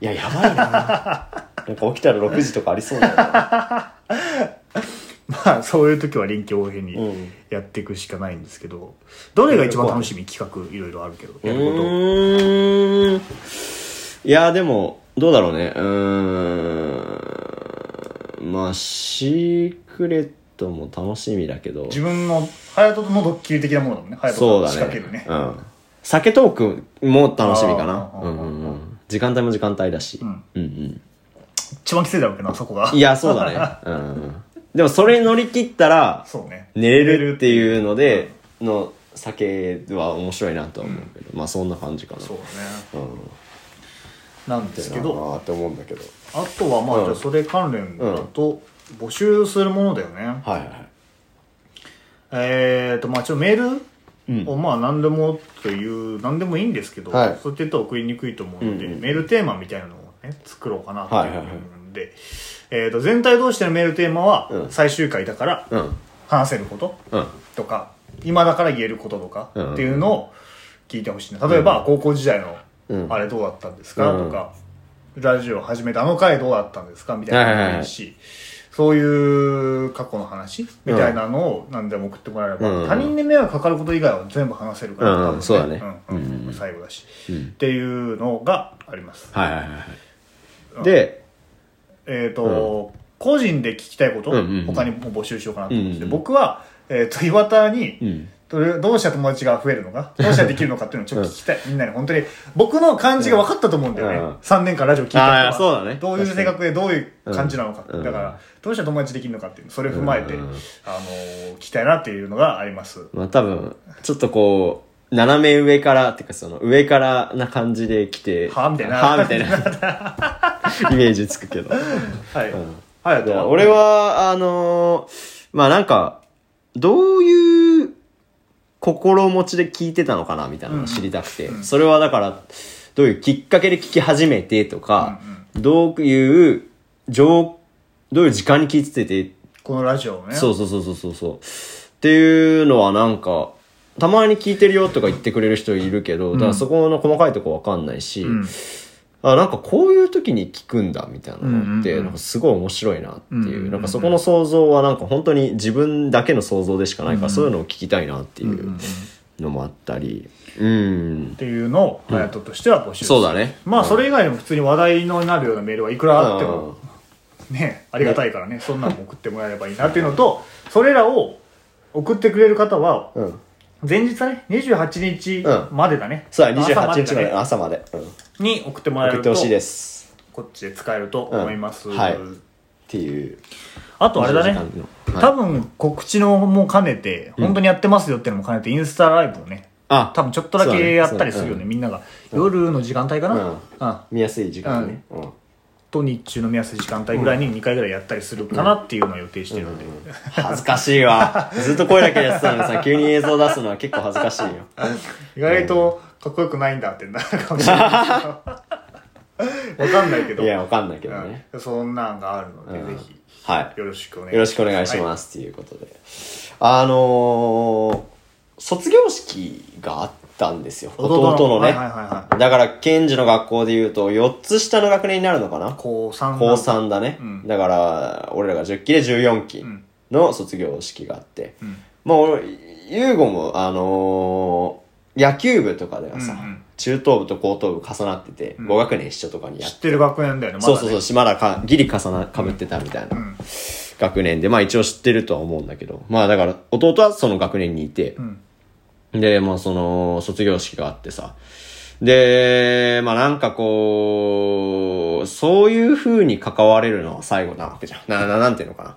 Speaker 1: いややば いななんか起きたら6時とかありそうだよな
Speaker 2: まあそういう時は臨機応変に
Speaker 1: うん
Speaker 2: やっていくしかないんですけど、どれが一番楽しみ企画いろいろあるけど
Speaker 1: う
Speaker 2: やるこ
Speaker 1: ーんいやでもどうだろうねうーんまあシークレットも楽しみだけど
Speaker 2: と自分の隼人のドッキリ的なものだもんね隼
Speaker 1: そ
Speaker 2: 人
Speaker 1: う
Speaker 2: が
Speaker 1: だ
Speaker 2: 仕
Speaker 1: ね
Speaker 2: 掛けるね
Speaker 1: うん、酒トークも楽しみかな
Speaker 2: あー
Speaker 1: うんうんうん時間帯も時間帯だし、
Speaker 2: ん
Speaker 1: うんうん
Speaker 2: 一番きついだろうけどなそこが
Speaker 1: いやそうだ ねうんでもそれ乗り切ったら
Speaker 2: そうね
Speaker 1: 寝れるっていうのでの酒は面白いなとは思うけど、まあそんな感じかな
Speaker 2: そうね
Speaker 1: うん
Speaker 2: なんですけ
Speaker 1: だ
Speaker 2: ど
Speaker 1: なーって思うんだけど
Speaker 2: あとはまあ、
Speaker 1: うん
Speaker 2: じゃあそれ関連だと募集するものだよね、
Speaker 1: はいはい
Speaker 2: えーとまあちょっとメー
Speaker 1: うん
Speaker 2: ルをまあ何でもという何でもいいんですけど、
Speaker 1: はい
Speaker 2: そうやって言ったら送りにくいと思うので、
Speaker 1: うんうん
Speaker 2: メールテーマみたいなのをね作ろうかなと
Speaker 1: はい
Speaker 2: い
Speaker 1: は
Speaker 2: う
Speaker 1: い
Speaker 2: の
Speaker 1: はい
Speaker 2: で、えー、と全体同士でのメールテーマは
Speaker 1: うん
Speaker 2: 最終回だから
Speaker 1: うん
Speaker 2: 話せること
Speaker 1: うん
Speaker 2: とか、今だから言えることとか
Speaker 1: うん
Speaker 2: っていうのを聞いてほしいな例えば高校時代の
Speaker 1: うん
Speaker 2: あれどうだったんですか
Speaker 1: うん
Speaker 2: とか、ラジオ始めたあの回どうだったんですかみたいなのもいいし、そういう過去の話みたいなのを何でも送ってもらえれば、
Speaker 1: うん
Speaker 2: 他人に迷惑かかること以外は全部話せるから、
Speaker 1: うんうん
Speaker 2: 多分
Speaker 1: そうだね
Speaker 2: うんうん
Speaker 1: うん
Speaker 2: 最後だし、
Speaker 1: うん
Speaker 2: っていうのがあります。
Speaker 1: はいはいはいはいで
Speaker 2: えっ、と、個人で聞きたいこと、
Speaker 1: うんうんうん
Speaker 2: 他にも募集しようかなと思ってて、
Speaker 1: うんうん
Speaker 2: 僕は、えっ、と、岩田に、
Speaker 1: うん
Speaker 2: どれどうしたら友達が増えるのかどうしたらできるのかっていうのをちょっと聞きたい。みんなに本当に、僕の感じが分かったと思うんだよね。
Speaker 1: うん
Speaker 2: 3年間ラジオ聞いた
Speaker 1: あ
Speaker 2: ら
Speaker 1: あそうだね
Speaker 2: どういう性格でどういう感じなのか。
Speaker 1: うん
Speaker 2: だか
Speaker 1: うん
Speaker 2: ら、どうしたら友達できるのかっていうの、それを踏まえて、
Speaker 1: うん
Speaker 2: あのー聞きたいなっていうのがあります。
Speaker 1: まあ多分ちょっとこう斜め上からっていうかその上からな感じで来て
Speaker 2: はみたいな
Speaker 1: はみたいな イメージつくけど
Speaker 2: はい。
Speaker 1: ん
Speaker 2: はい、あ
Speaker 1: い
Speaker 2: と
Speaker 1: や
Speaker 2: は。
Speaker 1: 俺は、あのーまあなんか、どういう心持ちで聞いてたのかなみたいなのを知りたくて、それはだから、どういうきっかけで聞き始めてとか、どういう情、どういう時間に聞いてて、
Speaker 2: このラジオをね。
Speaker 1: そうそうそうそうそうそう。っていうのはなんか、たまに聞いてるよとか言ってくれる人いるけど、だからそこの細かいとこわかんないし、
Speaker 2: うん。
Speaker 1: あなんかこういう時に聞くんだみたいなのっ
Speaker 2: うんうん
Speaker 1: て
Speaker 2: うん
Speaker 1: なんかすごい面白いなって
Speaker 2: うんうんうんう
Speaker 1: い
Speaker 2: ん
Speaker 1: うなんかそこの想像はなんか本当に自分だけの想像でしかないからそういうのを聞きたいなっていうのもあったりうん
Speaker 2: っていうのを、隼人としては募集する。
Speaker 1: そうだね
Speaker 2: まあ、
Speaker 1: うん
Speaker 2: それ以外にも普通に話題のなるようなメールはいくらあっても、ね、ありがたいからね、そんなのも送ってもらえればいいなっていうのと、それらを送ってくれる方は、
Speaker 1: うん
Speaker 2: 前日だね、28日までだね。
Speaker 1: そうだ
Speaker 2: 朝ま
Speaker 1: 28日まで
Speaker 2: だね
Speaker 1: 朝までうん
Speaker 2: に送ってもらえ
Speaker 1: 送
Speaker 2: る
Speaker 1: って
Speaker 2: と、
Speaker 1: ほしいです
Speaker 2: こっちで使えると思います。
Speaker 1: うんはいっていう
Speaker 2: あとあれだね
Speaker 1: 24時間のはい
Speaker 2: 多分告知のも兼ねて、本当にやってますよっていうのも兼ねて、インスタライブをね、
Speaker 1: あ
Speaker 2: 多分ちょっとだ
Speaker 1: そうだ
Speaker 2: け
Speaker 1: ね
Speaker 2: やったりするよね、
Speaker 1: そうだ
Speaker 2: みんなが。夜の時間帯かな、
Speaker 1: う
Speaker 2: うんん、
Speaker 1: 見やすい時間ねうん
Speaker 2: と日中の目安い時間帯ぐらいに2回ぐらいやったりするかなっていうのを予定してるので、
Speaker 1: 恥ずかしいわずっと声だけでやってたのにさ急に映像出すのは結構恥ずかしいよ
Speaker 2: 意外とかっこよくないんだってなるかもしれないですけどわかんないけど
Speaker 1: いやわかんないけどね
Speaker 2: うんそんなんがあるので、
Speaker 1: うん
Speaker 2: ぜひ
Speaker 1: はい
Speaker 2: よろしくお願い
Speaker 1: よろしくお願いし
Speaker 2: は
Speaker 1: ます、ということであのー卒業式があったんですよ
Speaker 2: 弟の
Speaker 1: 弟のね、
Speaker 2: はいはいはいは
Speaker 1: だから賢治の学校でいうと4つ下の学年になるのかない
Speaker 2: 高3
Speaker 1: 高3だね、
Speaker 2: うん
Speaker 1: だから俺らが10期で14期
Speaker 2: ん
Speaker 1: の卒業式があって、
Speaker 2: うん
Speaker 1: まあ俺優吾もあのー野球部とかではさ、
Speaker 2: うんうん
Speaker 1: 中等部と高等部重なってて、5学年一緒とかにやっ
Speaker 2: 知ってる学年だよねまだ
Speaker 1: そ
Speaker 2: ね
Speaker 1: うそうそうしまだかギリ重なかぶってたみたいな、
Speaker 2: ん
Speaker 1: 学年でまあ一応知ってるとは思うんだけどまあだから弟はその学年にいて、
Speaker 2: ん
Speaker 1: でまあその卒業式があってさでまあなんかこうそういう風に関われるのは最後なわけじゃんなななんていうのかな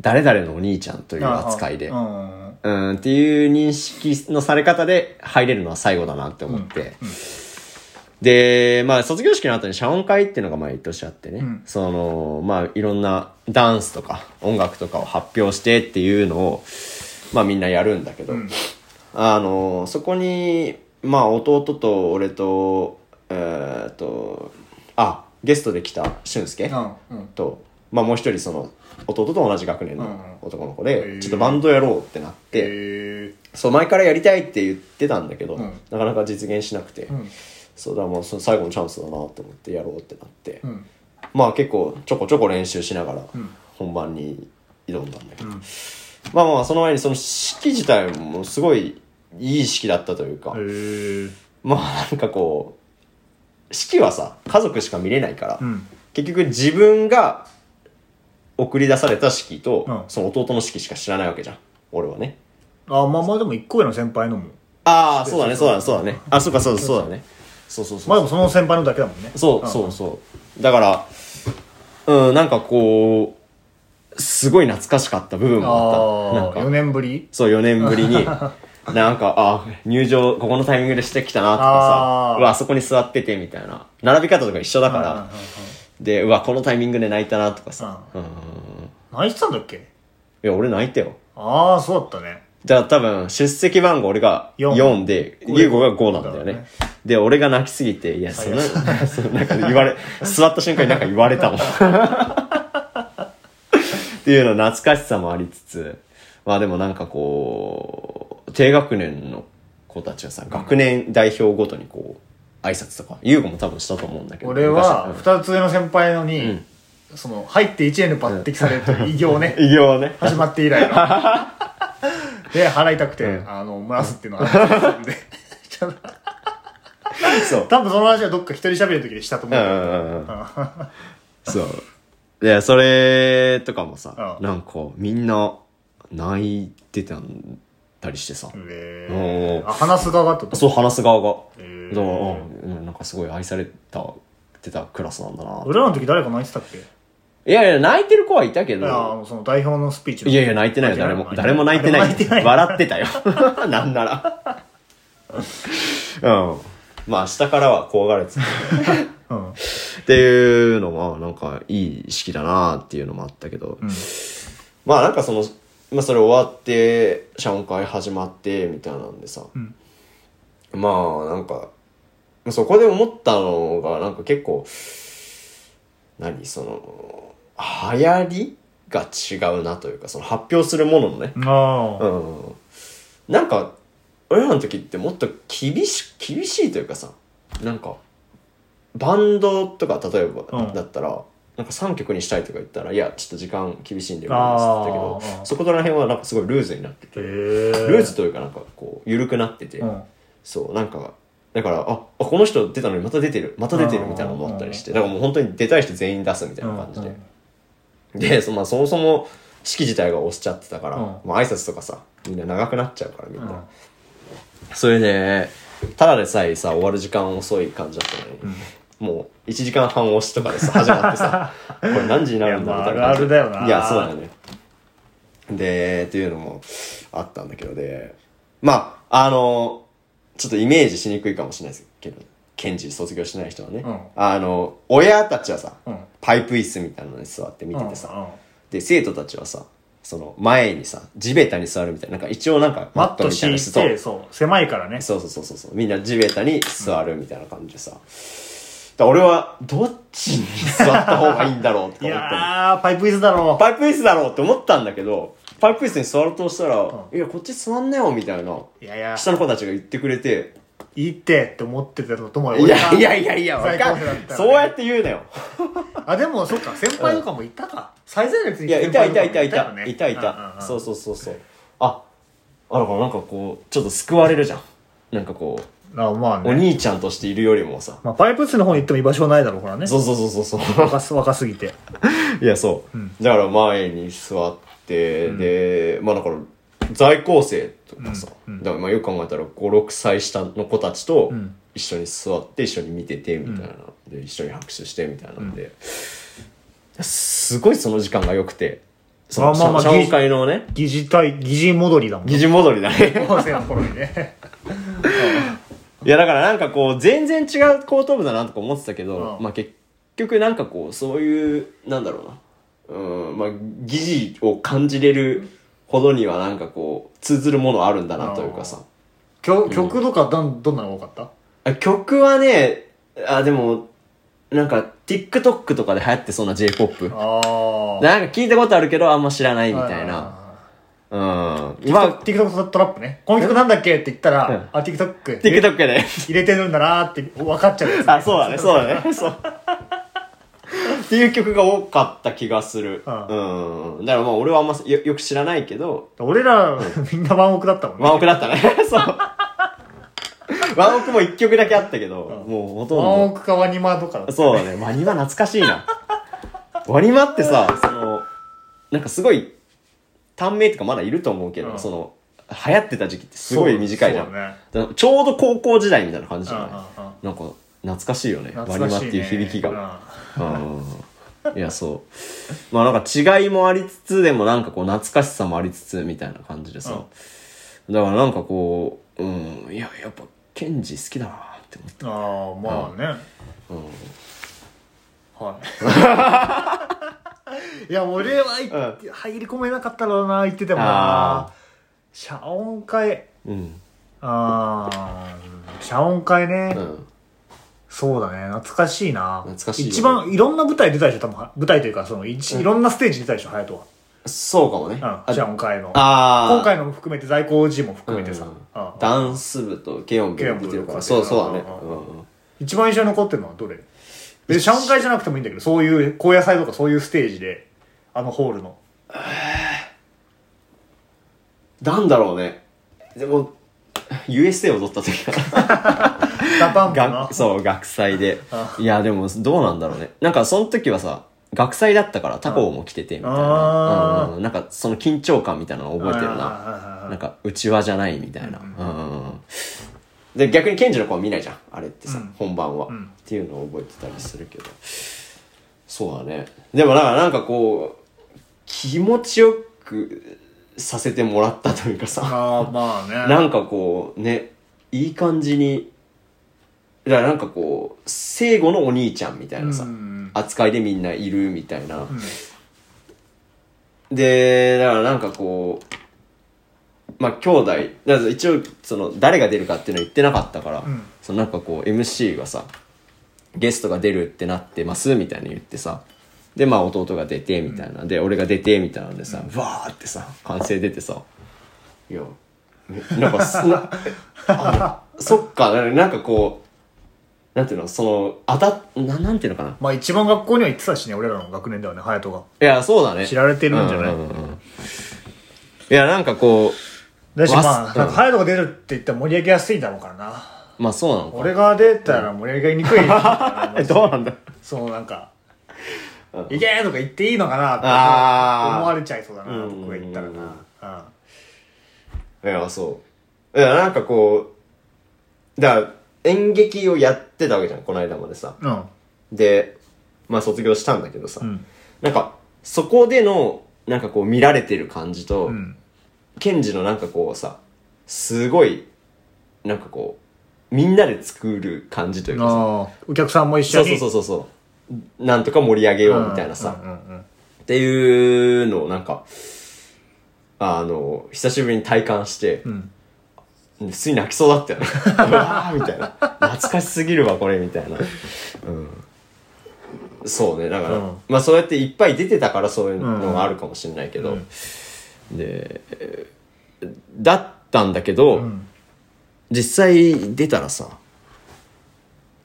Speaker 1: 誰々のお兄ちゃんという扱いで
Speaker 2: う、ん
Speaker 1: うん、っていう認識のされ方で入れるのは最後だなって思って、で、まあ、卒業式の後に謝恩会っていうのが毎年あってね、
Speaker 2: ん
Speaker 1: その、まあ、いろんなダンスとか音楽とかを発表してっていうのを、まあ、みんなやるんだけど、あの、そこに、まあ、弟と俺と、えーっと、あ、ゲストで来た俊介、
Speaker 2: うんうん
Speaker 1: と、まあ、もう一人その弟と同じ学年
Speaker 2: うん
Speaker 1: の男の子
Speaker 2: へ
Speaker 1: で
Speaker 2: ー
Speaker 1: ちょっとバンドやろうってなって
Speaker 2: へ
Speaker 1: そう前からやりたいって言ってたんだけど
Speaker 2: うん
Speaker 1: なかなか実現しなくて
Speaker 2: ん
Speaker 1: そうだからもうその最後のチャンスだなと思ってやろうってなって
Speaker 2: えうん
Speaker 1: まあ結構ちょこちょこ練習しながら
Speaker 2: ん
Speaker 1: 本番に挑んだんだけどまあまあその前にその式自体もすごいいい式だったというか
Speaker 2: へえ
Speaker 1: まあなんかこう式はさ家族しか見れないから
Speaker 2: うん
Speaker 1: 結局自分が送り出された式と、
Speaker 2: うん
Speaker 1: その弟の式しか知らないわけじゃん俺はね
Speaker 2: あまあまあでも一個上の先輩のも
Speaker 1: ああそうだねそうだねそうだねあそうかそうだそうだねそうそう
Speaker 2: ま
Speaker 1: そ
Speaker 2: あで
Speaker 1: う
Speaker 2: もその先輩のだけだもんね
Speaker 1: そうそうそうだからうんなんかこうすごい懐かしかった部分もあったなん
Speaker 2: ああ
Speaker 1: か
Speaker 2: 4年ぶり
Speaker 1: そう、4年ぶり に、なんか、あ、入場、ここのタイミングでしてきたなとか
Speaker 2: あ
Speaker 1: さ、
Speaker 2: ー
Speaker 1: うわ、あそこに座っててみたいな。並び方とか一緒だか
Speaker 2: うんうんうん
Speaker 1: ら、で、うわ、このタイミングで泣いたなとかさ、うん。い
Speaker 2: 何してたんだっけ
Speaker 1: や、俺泣いたよ。
Speaker 2: ああそうだったね
Speaker 1: じゃあ多分、出席番号俺が
Speaker 2: 四
Speaker 1: 4で、ゆうごが5なんだよ
Speaker 2: だよ
Speaker 1: ね
Speaker 2: ね。
Speaker 1: で、俺が泣きすぎて、いや、そんな、そのなんか言われ、座った瞬間になんか言われ たもん。っていうの懐かしさもありつつ、まあでもなんかこう、低学年の子たちはさ、学年代表ごとにこう、挨拶とか、ゆうごも多分したと思うんだけど。
Speaker 2: 俺は
Speaker 1: 昔、
Speaker 2: 2つ上の先輩の
Speaker 1: う
Speaker 2: に
Speaker 1: ん
Speaker 2: その入って1年で抜擢されるという偉業ね
Speaker 1: うん偉業をね。
Speaker 2: 始まって以来ので払いたくて、
Speaker 1: うん
Speaker 2: あの漏らすっていうのがあった んでちょっと
Speaker 1: そう。
Speaker 2: 多分その話はどっか一人喋る時にしたと思
Speaker 1: う
Speaker 2: うんけど、
Speaker 1: うんうんうん。そう。で、それとかもさ、
Speaker 2: うん
Speaker 1: なんかみんな泣いてたりしてさ、
Speaker 2: へ
Speaker 1: お
Speaker 2: ーあ話す側があったと
Speaker 1: そう話す側が、
Speaker 2: へー
Speaker 1: だからうんうんなんかすごい愛された、てたクラスなんだな。
Speaker 2: 俺らの時誰か泣いてたっけ
Speaker 1: いやいや、泣いてる子はいたけ
Speaker 2: いやあ
Speaker 1: ど、
Speaker 2: のその代表のスピーチの
Speaker 1: いやいや、泣いてないよ、誰も。誰も泣いてない。
Speaker 2: 誰も泣いてない
Speaker 1: 笑ってたよ。 なんなら。 うん。まあ、下からは怖がれてた。
Speaker 2: うん
Speaker 1: っていうのはなんかいい式だなっていうのもあったけど、まあなんかその、まあ、それ終わって謝恩会始まってみたいなんでさ、
Speaker 2: ん
Speaker 1: まあなんかそこで思ったのがなんか結構何その流行りが違うなというかその発表するもののね、
Speaker 2: ああ
Speaker 1: うん、なんか俺らの時ってもっと厳し厳しいというかさなんかバンドとか例えば、
Speaker 2: うん
Speaker 1: だったらなんか3曲にしたいとか言ったらいやちょっと時間厳しいんで無理ですって
Speaker 2: あー
Speaker 1: 言ったけ
Speaker 2: う
Speaker 1: ど
Speaker 2: ん
Speaker 1: そこら辺はなんかすごいルーズになってて
Speaker 2: へえ
Speaker 1: ルーズというかなんかこう緩くなってて、
Speaker 2: うん
Speaker 1: そうなんかだからああこの人出たのにまた出てるまた出てるみたいなのもあったりしてだからもう本当に出たい人全員出すみたいな感じで、
Speaker 2: うん
Speaker 1: でそ,、まあ、そもそも式自体が押しちゃってたから、
Speaker 2: うん
Speaker 1: もう挨拶とかさみんな長くなっちゃうからみんな、
Speaker 2: うん
Speaker 1: それでただでさえさ終わる時間遅い感じだったのに、もう1時間半押しとかでさ始まって さこれ何時になるんだ
Speaker 2: いや
Speaker 1: み
Speaker 2: まあ
Speaker 1: たいな感じで
Speaker 2: あるあるだよない
Speaker 1: やそうだよねでっていうのもあったんだけどでまああのちょっとイメージしにくいかもしれないですけどケンジ卒業しない人はね、
Speaker 2: うん
Speaker 1: あの親たちはさ、
Speaker 2: うん
Speaker 1: パイプ椅子みたいなのに座 って見ててさ、で生徒たちはさその前にさ地べたに座るみたいななんか一応なんか
Speaker 2: マット
Speaker 1: みたい
Speaker 2: 敷
Speaker 1: ないしそう
Speaker 2: てそう狭いからね
Speaker 1: そうそうそうそうそうみんな地べたに座るみたいな感じでさ、だから俺はどっちに座った方がいいんだろうとか
Speaker 2: い
Speaker 1: 思ったの
Speaker 2: やーパイプイズだろ
Speaker 1: パイプ椅子だろうって思ったんだけどパイプ椅子に座ろうとしたら「
Speaker 2: う
Speaker 1: いやこっち座んなよ」みたいない
Speaker 2: やいや
Speaker 1: 下の子たちが言ってくれて
Speaker 2: いいってって思ってたと
Speaker 1: 「
Speaker 2: 思うよ
Speaker 1: い
Speaker 2: 俺
Speaker 1: や
Speaker 2: が
Speaker 1: いやいやいやわ
Speaker 2: 最
Speaker 1: か
Speaker 2: 高
Speaker 1: ん
Speaker 2: 手だったらね
Speaker 1: そうやって言うなよ」
Speaker 2: あでもそっか先輩とかもいたか最前列に
Speaker 1: いや、い
Speaker 2: 先
Speaker 1: た
Speaker 2: 輩
Speaker 1: い
Speaker 2: と
Speaker 1: たいたい
Speaker 2: かもよ
Speaker 1: た
Speaker 2: ね。
Speaker 1: いたい
Speaker 2: うんうん
Speaker 1: た
Speaker 2: う。ん
Speaker 1: そうそうそうそう。あ、あだからなんかこう、ちょっと救われるじゃん。なんかこ
Speaker 2: あまあ
Speaker 1: う、お
Speaker 2: ね
Speaker 1: 兄ちゃんとしているよりもさ。
Speaker 2: まあパイプ室の方に行っても居場所ないだろうからね
Speaker 1: そうそうそうそう そう。
Speaker 2: 若す若すぎて
Speaker 1: いや、そう。だから前に座って、で、まあだから、在校生とかさ、だからまあよく考えたら5、6歳下の子たちと
Speaker 2: ん
Speaker 1: 一緒に座って、一緒に見てて、みたいな。で、一緒に拍手して、みたいなんで、すごいその時間が良くて、その
Speaker 2: まあまあまあ
Speaker 1: 謝恩会のね、
Speaker 2: 疑似対、疑似 戻りだもん。
Speaker 1: 疑似戻りだね。
Speaker 2: 高校生の頃にね。
Speaker 1: いや、だからなんかこう、全然違う後頭部だなとか思ってたけど、
Speaker 2: うん
Speaker 1: まあ結局なんかこう、そういう、なんだろうな。うん、まあ、疑似を感じれるほどにはなんかこう、通ずるものあるんだなというかさ。
Speaker 2: 曲曲とかどんどんなのが多かっ
Speaker 1: あ曲はね、あ、でも、なんか TikTok とかで流行ってそうな J-POP
Speaker 2: た。ああ。
Speaker 1: なんか聞いたことあるけど、あんま知らないみたいな。うん。まあ、
Speaker 2: TikTok トラップね。この曲なんだっけって言った
Speaker 1: うん
Speaker 2: ら、あ、TikTok 入れ
Speaker 1: TikTok で。
Speaker 2: 入れてるんだなーって分かっちゃうやつね
Speaker 1: あ、そうだね、そうだ ね。そう。っていう曲が多かった気がする。う
Speaker 2: ああ
Speaker 1: ん。だからまあ俺はあんまよよく知らないけど、
Speaker 2: 俺ら、みんなワンオクだったもんね。
Speaker 1: ワンオクだったね。 そう。ワンオクも一曲だけあったけど、もうほと
Speaker 2: ワン
Speaker 1: ん
Speaker 2: オクかワニマとかだっ
Speaker 1: ど。
Speaker 2: た。
Speaker 1: そうだね、ワニマ懐かしいな。ワニマってさ、その、なんかすごい、短命とかまだいると思うけど、
Speaker 2: うん
Speaker 1: その、流行ってた時期ってすごい短いじゃん。
Speaker 2: そうだね。
Speaker 1: だからちょうど高校時代みたいな感じじゃない
Speaker 2: うんうんうん
Speaker 1: なんか懐かしいよね
Speaker 2: 懐
Speaker 1: ワニ
Speaker 2: か
Speaker 1: マっ
Speaker 2: しね
Speaker 1: ていう響きが。
Speaker 2: うん
Speaker 1: うんいや、そう。まあなんか違いもありつつ、でもなんかこう懐かしさもありつつ、みたいな感じでさ。だからなんかこう、うん、いや、やっぱ、ケンジ好きだなって思っ
Speaker 2: ああ、まあね。はい。いや、俺はい入り込めなかったろうな、言ってても
Speaker 1: あ
Speaker 2: な。謝恩会。
Speaker 1: た。うん。
Speaker 2: ああ、謝恩会ね。
Speaker 1: うん。
Speaker 2: そうだね。懐かしいな。
Speaker 1: 懐かしいよ
Speaker 2: 一番、いろんな舞台出たでしょ、多分。舞台というか、その、いちいろんなステージ出たでしょ、隼人
Speaker 1: そうかもね。
Speaker 2: は。うん。謝恩会の。
Speaker 1: あー
Speaker 2: 今回のも含めて、在庫時も含めてさ。
Speaker 1: うん
Speaker 2: うん
Speaker 1: ダンス部とケヨン部出てるから。
Speaker 2: ケヨ
Speaker 1: そ
Speaker 2: ン
Speaker 1: う
Speaker 2: 部
Speaker 1: そうだね。
Speaker 2: う
Speaker 1: うんんうん。
Speaker 2: 一番印象に残ってるのはどれ別に謝恩会じゃなくてもいいんだけど、そういう、高野菜とかそういうステージで、あのホールの。
Speaker 1: なんだろうね。でも、USA 踊った時かな。
Speaker 2: ダパンプ
Speaker 1: が
Speaker 2: な。
Speaker 1: そう、学祭で
Speaker 2: あ。
Speaker 1: いや、でも、どうなんだろうね。なんか、その時はさ、学祭だったから、他校も来てて、みたいな
Speaker 2: あ。
Speaker 1: うんうんなんか、その緊張感みたいなのを覚えてるな。
Speaker 2: な
Speaker 1: なんか、うちわじゃないみたいな。うんで、逆に、ケンジの子は見ないじゃん。あれってさ、
Speaker 2: うん
Speaker 1: 本番は、
Speaker 2: ん
Speaker 1: っていうのを覚えてたりするけど。そうだね。でも、だから、なんかこう、気持ちよくさせてもらったというかさ。
Speaker 2: ああ、まあね。
Speaker 1: なんかこうね、いい感じに、だからなんかこう、生後のお兄ちゃんみたいなさ、
Speaker 2: うん
Speaker 1: 扱いでみんないるみたいな。で、だからなんかこう、まあ兄弟、だから一応その誰が出るかっていうのは言ってなかったから、
Speaker 2: ん
Speaker 1: そのなんかこう MC がさ、ゲストが出るってなってますみたいに言ってさ、でまあ弟が出てみたいな、で俺が出てみたいなんでさ、わーってさ、歓声出てさ、いや、ねなんかす、なあのそっか、なんかこう、なんていうの、その、あた、ななんていうのかな。
Speaker 2: まあ一番学校には行ってたしね、俺らの学年ではね、隼人が。
Speaker 1: いや、そうだね。
Speaker 2: 知られてるんじゃない
Speaker 1: うんうんうんいや、なんかこ
Speaker 2: だし、
Speaker 1: わ
Speaker 2: まあ、
Speaker 1: うん
Speaker 2: なんか隼人が出るって言ったら盛り上げやすいだろうからな。
Speaker 1: う、まあそうなのか。
Speaker 2: 俺が出たら盛り上げにくいみたいな。
Speaker 1: え、 どうなんだ
Speaker 2: そのなんか、いけーとか言っていいのかなって
Speaker 1: あー
Speaker 2: 思われちゃいそうだな、
Speaker 1: うん
Speaker 2: 僕が言ったらな。
Speaker 1: いや、そう。いや、なんかこう、だから、演劇をやってたわけじゃん、この間までさ。
Speaker 2: うん。うん。
Speaker 1: で、まあ卒業したんだけどさ。
Speaker 2: うん
Speaker 1: なんか、そこでの、なんかこう見られてる感じと、
Speaker 2: うん。
Speaker 1: ケンジのなんかこうさ、すごい、なんかこう、みんなで作る感じというかさ、
Speaker 2: ああ、お客さんも一
Speaker 1: そ
Speaker 2: 緒
Speaker 1: うそ
Speaker 2: に。
Speaker 1: うそうそうそう、なんとか盛り上げようみたいなさ、
Speaker 2: うんうんうんうん
Speaker 1: っていうのをなんか、あの、久しぶりに体感して、
Speaker 2: ん
Speaker 1: 普通に泣きそうだったよ ね。うわーみたいな。懐かしすぎるわ、これ、みたいな。うん。そうね、だから、
Speaker 2: うん
Speaker 1: まあそうやっていっぱい出てたからそういうのがあるかもしれないけど、で、えーだったんだけど、実際出たらさ、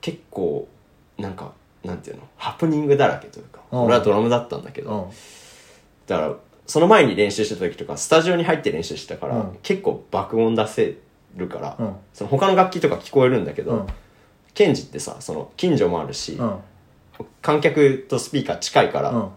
Speaker 1: 結構、なんか、なんていうの、ハプニングだらけというか、
Speaker 2: うん
Speaker 1: 俺はドラムだったんだけど、
Speaker 2: うん。
Speaker 1: だからその前に練習してた時とかスタジオに入って練習してたから、
Speaker 2: うん
Speaker 1: 結構爆音出せるから、
Speaker 2: うん
Speaker 1: その他の楽器とか聞こえるんだけど、
Speaker 2: うん
Speaker 1: ケンジってさその近所もあるし、
Speaker 2: うん。
Speaker 1: 観客とスピーカー近いから、
Speaker 2: うん。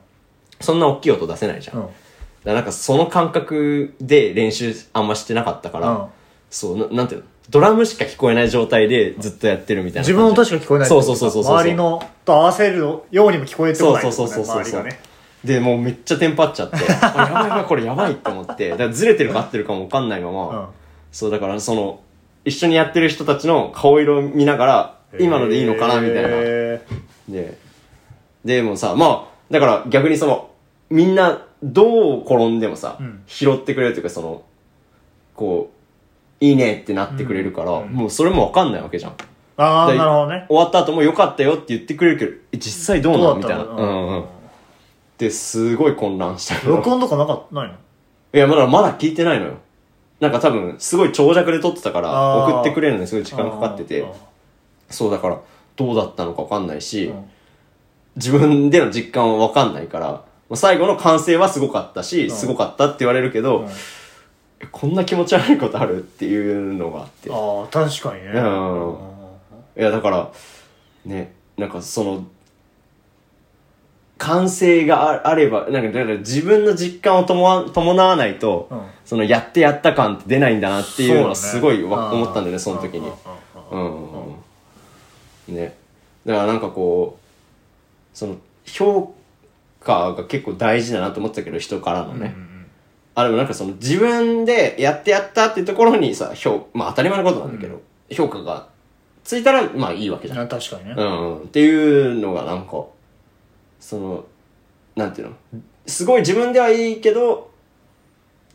Speaker 1: そんな大きい音出せないじゃん、
Speaker 2: うん
Speaker 1: だからなんかその感覚で練習あんましてなかったから、
Speaker 2: うん
Speaker 1: そうななんていうのドラムしか聞こえない状態でずっとやってるみたいな感じ
Speaker 2: 自分の音しか聞こえないっ
Speaker 1: そ
Speaker 2: てこ
Speaker 1: う
Speaker 2: と
Speaker 1: そう
Speaker 2: か
Speaker 1: そうそうそう
Speaker 2: 周りのと合わせるようにも聞こえてこないってことね
Speaker 1: そうそうそうそうそう
Speaker 2: 周りがね
Speaker 1: でもうめっちゃテンパっちゃ ってあやばいやばいこれやばいと思ってだからずれてるか合ってるかも分かんないまま、
Speaker 2: うん
Speaker 1: そうだからその一緒にやってる人たちの顔色を見ながら今のでいいのかなみたいな、
Speaker 2: へ
Speaker 1: で、でもさ、まあ、だから逆にその、みんなどう転んでもさ、
Speaker 2: うん
Speaker 1: 拾ってくれるというかその、こう、いいねってなってくれるから、もうそれもわかんないわけじゃん。
Speaker 2: ーああ
Speaker 1: で
Speaker 2: なるほどね
Speaker 1: 終わった後もよかったよって言ってくれるけど、え実際どうな
Speaker 2: ど
Speaker 1: の
Speaker 2: う
Speaker 1: み
Speaker 2: だ
Speaker 1: たい
Speaker 2: った
Speaker 1: な。
Speaker 2: の
Speaker 1: うんうん。で、すごい混乱したの。
Speaker 2: 録音とかなかったないの
Speaker 1: いや、まだまだ聞いてないのよ。なんか多分、すごい長尺で撮ってたから、
Speaker 2: あ
Speaker 1: 送
Speaker 2: ー
Speaker 1: ってくれるのにすごい時間かかってて
Speaker 2: あー、
Speaker 1: そうだから、どうだったのかわかんないし、
Speaker 2: うん
Speaker 1: 自分での実感は分かんないから、まあ最後の完成はすごかったし、
Speaker 2: ん
Speaker 1: すごかったって言われるけど、
Speaker 2: うん
Speaker 1: えこんな気持ち悪いことあるっていうのがあって。
Speaker 2: ああ確かにね
Speaker 1: うん
Speaker 2: うん
Speaker 1: いや、だから、ね、なんかその、完成がああれば、なんか、だから自分の実感を伴わ伴わないと、
Speaker 2: うん
Speaker 1: その、やってやった感って出ないんだなっていうのはすごいわ、
Speaker 2: そうね
Speaker 1: 思ったんだよね、その時に。
Speaker 2: う
Speaker 1: うん
Speaker 2: うんう
Speaker 1: ん
Speaker 2: んうん
Speaker 1: うんうんねだからなんかこうその評価が結構大事だなと思ってたけど人からのね、あでもなんかその自分でやってやったっていうところにさ評まあ当たり前のことなんだけど、評価がついたらまあいいわけじゃん、
Speaker 2: あ確かにね
Speaker 1: うんうん、っていうのがなんかそのなんていうのすごい自分ではいいけど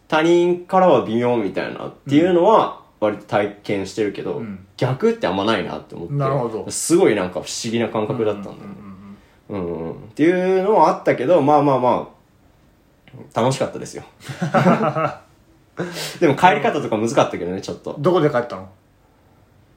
Speaker 1: 他人からは微妙みたいなっていうのは割と体験してるけど、
Speaker 2: うん
Speaker 1: 逆ってあんまないなって思って
Speaker 2: なるほど
Speaker 1: すごいなんか不思議な感覚だったんだよね、
Speaker 2: うん
Speaker 1: うんうん、っていうのはあったけどまあまあまあ楽しかったですよ でも帰り方とか難かったけどねちょっと
Speaker 2: どこで帰ったの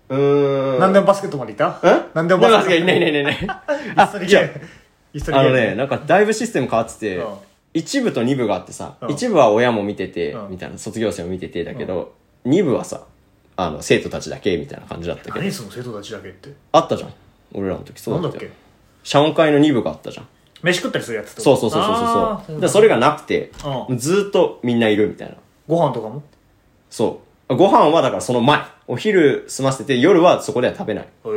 Speaker 1: うーん
Speaker 2: 何でもバスケットまでいた
Speaker 1: え
Speaker 2: 何でも
Speaker 1: バ
Speaker 2: バ
Speaker 1: ス
Speaker 2: スケ
Speaker 1: ケ
Speaker 2: ッ
Speaker 1: い
Speaker 2: ト
Speaker 1: ないいないいないい ない
Speaker 2: 一緒にゲーム一緒に
Speaker 1: あ
Speaker 2: ゲ
Speaker 1: の
Speaker 2: ーム
Speaker 1: ねなんかだいぶシステム変わってて、
Speaker 2: うん
Speaker 1: 一部と二部があってさ、
Speaker 2: うん
Speaker 1: 一部は親も見てて、
Speaker 2: うん
Speaker 1: みたいな卒業生も見ててだけど、二部はさあの生徒たちだけみたいな感じだったけど
Speaker 2: 何その生徒たちだけって
Speaker 1: あったじゃん俺らの時そ
Speaker 2: な
Speaker 1: うんだ
Speaker 2: だ
Speaker 1: っ
Speaker 2: った
Speaker 1: よ
Speaker 2: け
Speaker 1: 謝恩会の二部があったじゃん
Speaker 2: 飯食ったりするやつって
Speaker 1: そう
Speaker 2: こ
Speaker 1: そ
Speaker 2: と
Speaker 1: うそうそう
Speaker 2: あ
Speaker 1: そう
Speaker 2: ー
Speaker 1: そうでそれがなくて、
Speaker 2: うん
Speaker 1: ずーっとみんないるみたいな
Speaker 2: ご飯とかも
Speaker 1: そう。ご飯はだからその前。お昼済ませて夜はそこでは食べない。
Speaker 2: え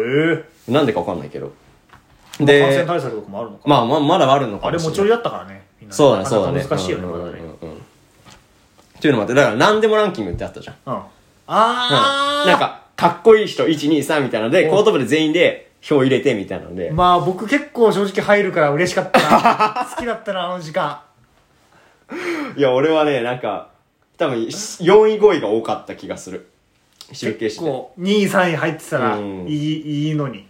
Speaker 2: え
Speaker 1: なんでかわかんないけど。
Speaker 2: 感染
Speaker 1: で、
Speaker 2: 対策とかもあるのか
Speaker 1: まあまあまだあるのか
Speaker 2: あ
Speaker 1: も
Speaker 2: れ
Speaker 1: しれ
Speaker 2: 持
Speaker 1: ない。
Speaker 2: ち寄りだったからねみんな
Speaker 1: そうだね、そうだね。
Speaker 2: なかなか難しいよね
Speaker 1: うん
Speaker 2: ま
Speaker 1: うんう
Speaker 2: だ
Speaker 1: ん
Speaker 2: ね
Speaker 1: うんっていうのもあって、だから何でもランキングってあったじゃん。
Speaker 2: うんあ
Speaker 1: う
Speaker 2: あ
Speaker 1: んなんか、かっこいい人、1、2、3みたいなので、コート部で全員で票入れてみたいなので。
Speaker 2: まあ僕結構正直入るから嬉しかった な好きだったなあの時間
Speaker 1: いや、俺はね、なんか、多分4位5位が多かった気がする。集計して。
Speaker 2: こう2位3位入ってたら
Speaker 1: う
Speaker 2: い
Speaker 1: ん
Speaker 2: いいいのに
Speaker 1: だか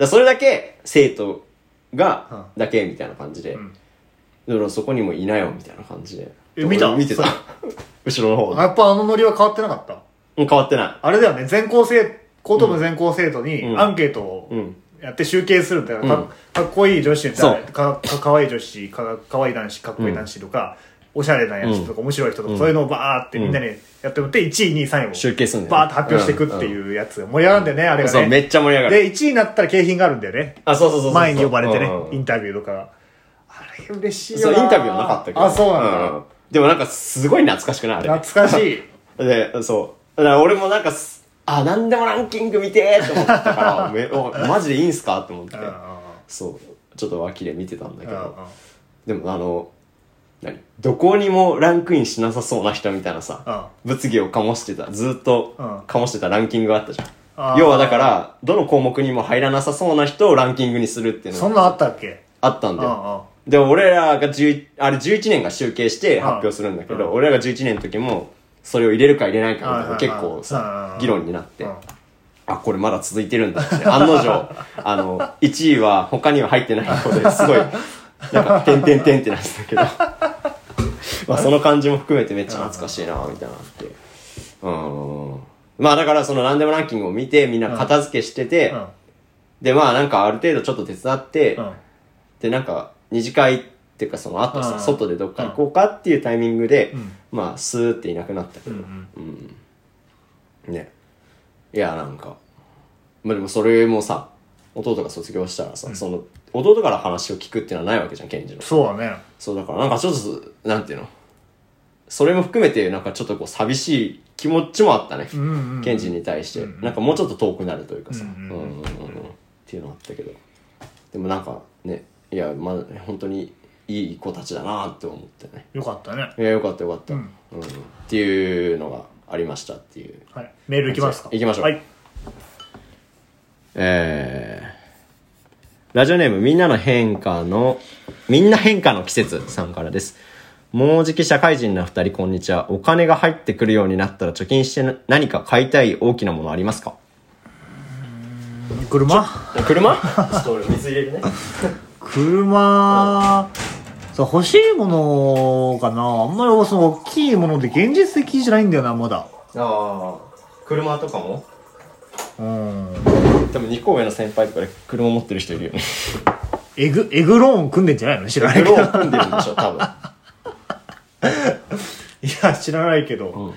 Speaker 1: らそれだけ生徒が
Speaker 2: う
Speaker 1: だけみたいな感じで、
Speaker 2: ん
Speaker 1: だからそこにもいないよみたいな感じで
Speaker 2: え見た
Speaker 1: 見 てた後ろの方
Speaker 2: やっぱあのノリは変わってなかった
Speaker 1: うん変わってな
Speaker 2: あれだよね全校生高等部の全校生徒に
Speaker 1: うん
Speaker 2: アンケート
Speaker 1: いうん
Speaker 2: をやって集計するんだよ、
Speaker 1: うん
Speaker 2: かかっこいい女子
Speaker 1: そう
Speaker 2: かかかわいい女子かかわいい男子かっこいい男子とか、おしゃれなやつとか、面白い人とか、そういうのをバーってみんなにやってもらって1位2位3位を
Speaker 1: 集計するんだよね
Speaker 2: バーって発表していくっていうやつ盛り上がるんだよね、あれが
Speaker 1: そう
Speaker 2: ね
Speaker 1: めっちゃ盛り上がる
Speaker 2: で1位になったら景品があるんだよね
Speaker 1: あそうそうそうそう
Speaker 2: 前に呼ばれてね、
Speaker 1: うんうん
Speaker 2: インタビューとかあれ嬉しい
Speaker 1: そ
Speaker 2: よ
Speaker 1: う
Speaker 2: な
Speaker 1: インタビューはなかったけど
Speaker 2: あそうなん
Speaker 1: うんでもなんかすごい懐かしくない
Speaker 2: だ、
Speaker 1: あれ
Speaker 2: 懐かしい
Speaker 1: でそうだから俺もなんかすあなんでもランキング見てーって思ってたからめおマジでいいんすかって思って
Speaker 2: うんうんうん
Speaker 1: そうちょっと脇で見てたんだけ
Speaker 2: うんうん
Speaker 1: どでもあの何どこにもランクインしなさそうな人みたいなさ、物議を醸してたずっと
Speaker 2: うん
Speaker 1: 醸してたランキングがあったじゃ
Speaker 2: あ
Speaker 1: ん、
Speaker 2: ー
Speaker 1: 要はだからどの項目にも入らなさそうな人をランキングにするっていう
Speaker 2: そ
Speaker 1: の
Speaker 2: ん
Speaker 1: が
Speaker 2: なんあったっけ
Speaker 1: あったんだよ、
Speaker 2: あ
Speaker 1: で俺らが11あれ11年が集計して発表するんだけど、
Speaker 2: うん
Speaker 1: 俺らが11年の時もそれを入れるか入れないかみたいなの
Speaker 2: うん
Speaker 1: 結構さ、
Speaker 2: うん
Speaker 1: 議論になって、
Speaker 2: うん
Speaker 1: あこれまだ続いてるんだって案の 定あの1位は他には入ってないのですごいなんか「てんてんてん」ってなってた けどまあその感じも含めてめっちゃ懐かしいなみたいなのあってうんまあだからその「何でもランキング」を見てみんな片付けしてて、
Speaker 2: うん
Speaker 1: でまあなんかある程度ちょっと手伝って、
Speaker 2: うん
Speaker 1: でなんか二次会っていうかその後さ、
Speaker 2: うん
Speaker 1: 外でどっか行こうかっていうタイミングで、
Speaker 2: ん
Speaker 1: まあスーっていなくなったけど、
Speaker 2: うん
Speaker 1: ねいやなんかまあでもそれもさ弟が卒業したらさ、その弟から話を聞くっていうのはないわけじゃん賢治の
Speaker 2: そうだね
Speaker 1: そうだからなんかちょっとなんていうのそれも含めてなんかちょっとこう寂しい気持ちもあったね
Speaker 2: うんうんうん
Speaker 1: 賢治、に対して、なんかもうちょっと遠くなるというかさ、
Speaker 2: うん
Speaker 1: うんうんうんっていうのあったけどでもなんかねいやまあ本当にいい子たちだなって思ってね
Speaker 2: よかったね
Speaker 1: いやよかったよかった、
Speaker 2: う
Speaker 1: うんんっていうのがありましたっていう
Speaker 2: はいメールいきますか
Speaker 1: 行きましょう
Speaker 2: はい
Speaker 1: えーラジオネームみんなの変化の、みんな変化の季節さんからです。もうじき社会人な二人こんにちは。お金が入ってくるようになったら貯金してな何か買いたい大きなものありますか
Speaker 2: 車
Speaker 1: 車ちょっと俺水入れるね。
Speaker 2: 車そう欲しいものかなあんまりその大きいもので現実的じゃないんだよなまだ
Speaker 1: ああ、車とかも
Speaker 2: うん
Speaker 1: 多分2個上の先輩とかで車持ってる人いるよね。
Speaker 2: エグエグローン組んでんじゃないの知らないけど
Speaker 1: 車を組んでるんでしょ、多分。
Speaker 2: いや知らないけど、
Speaker 1: うん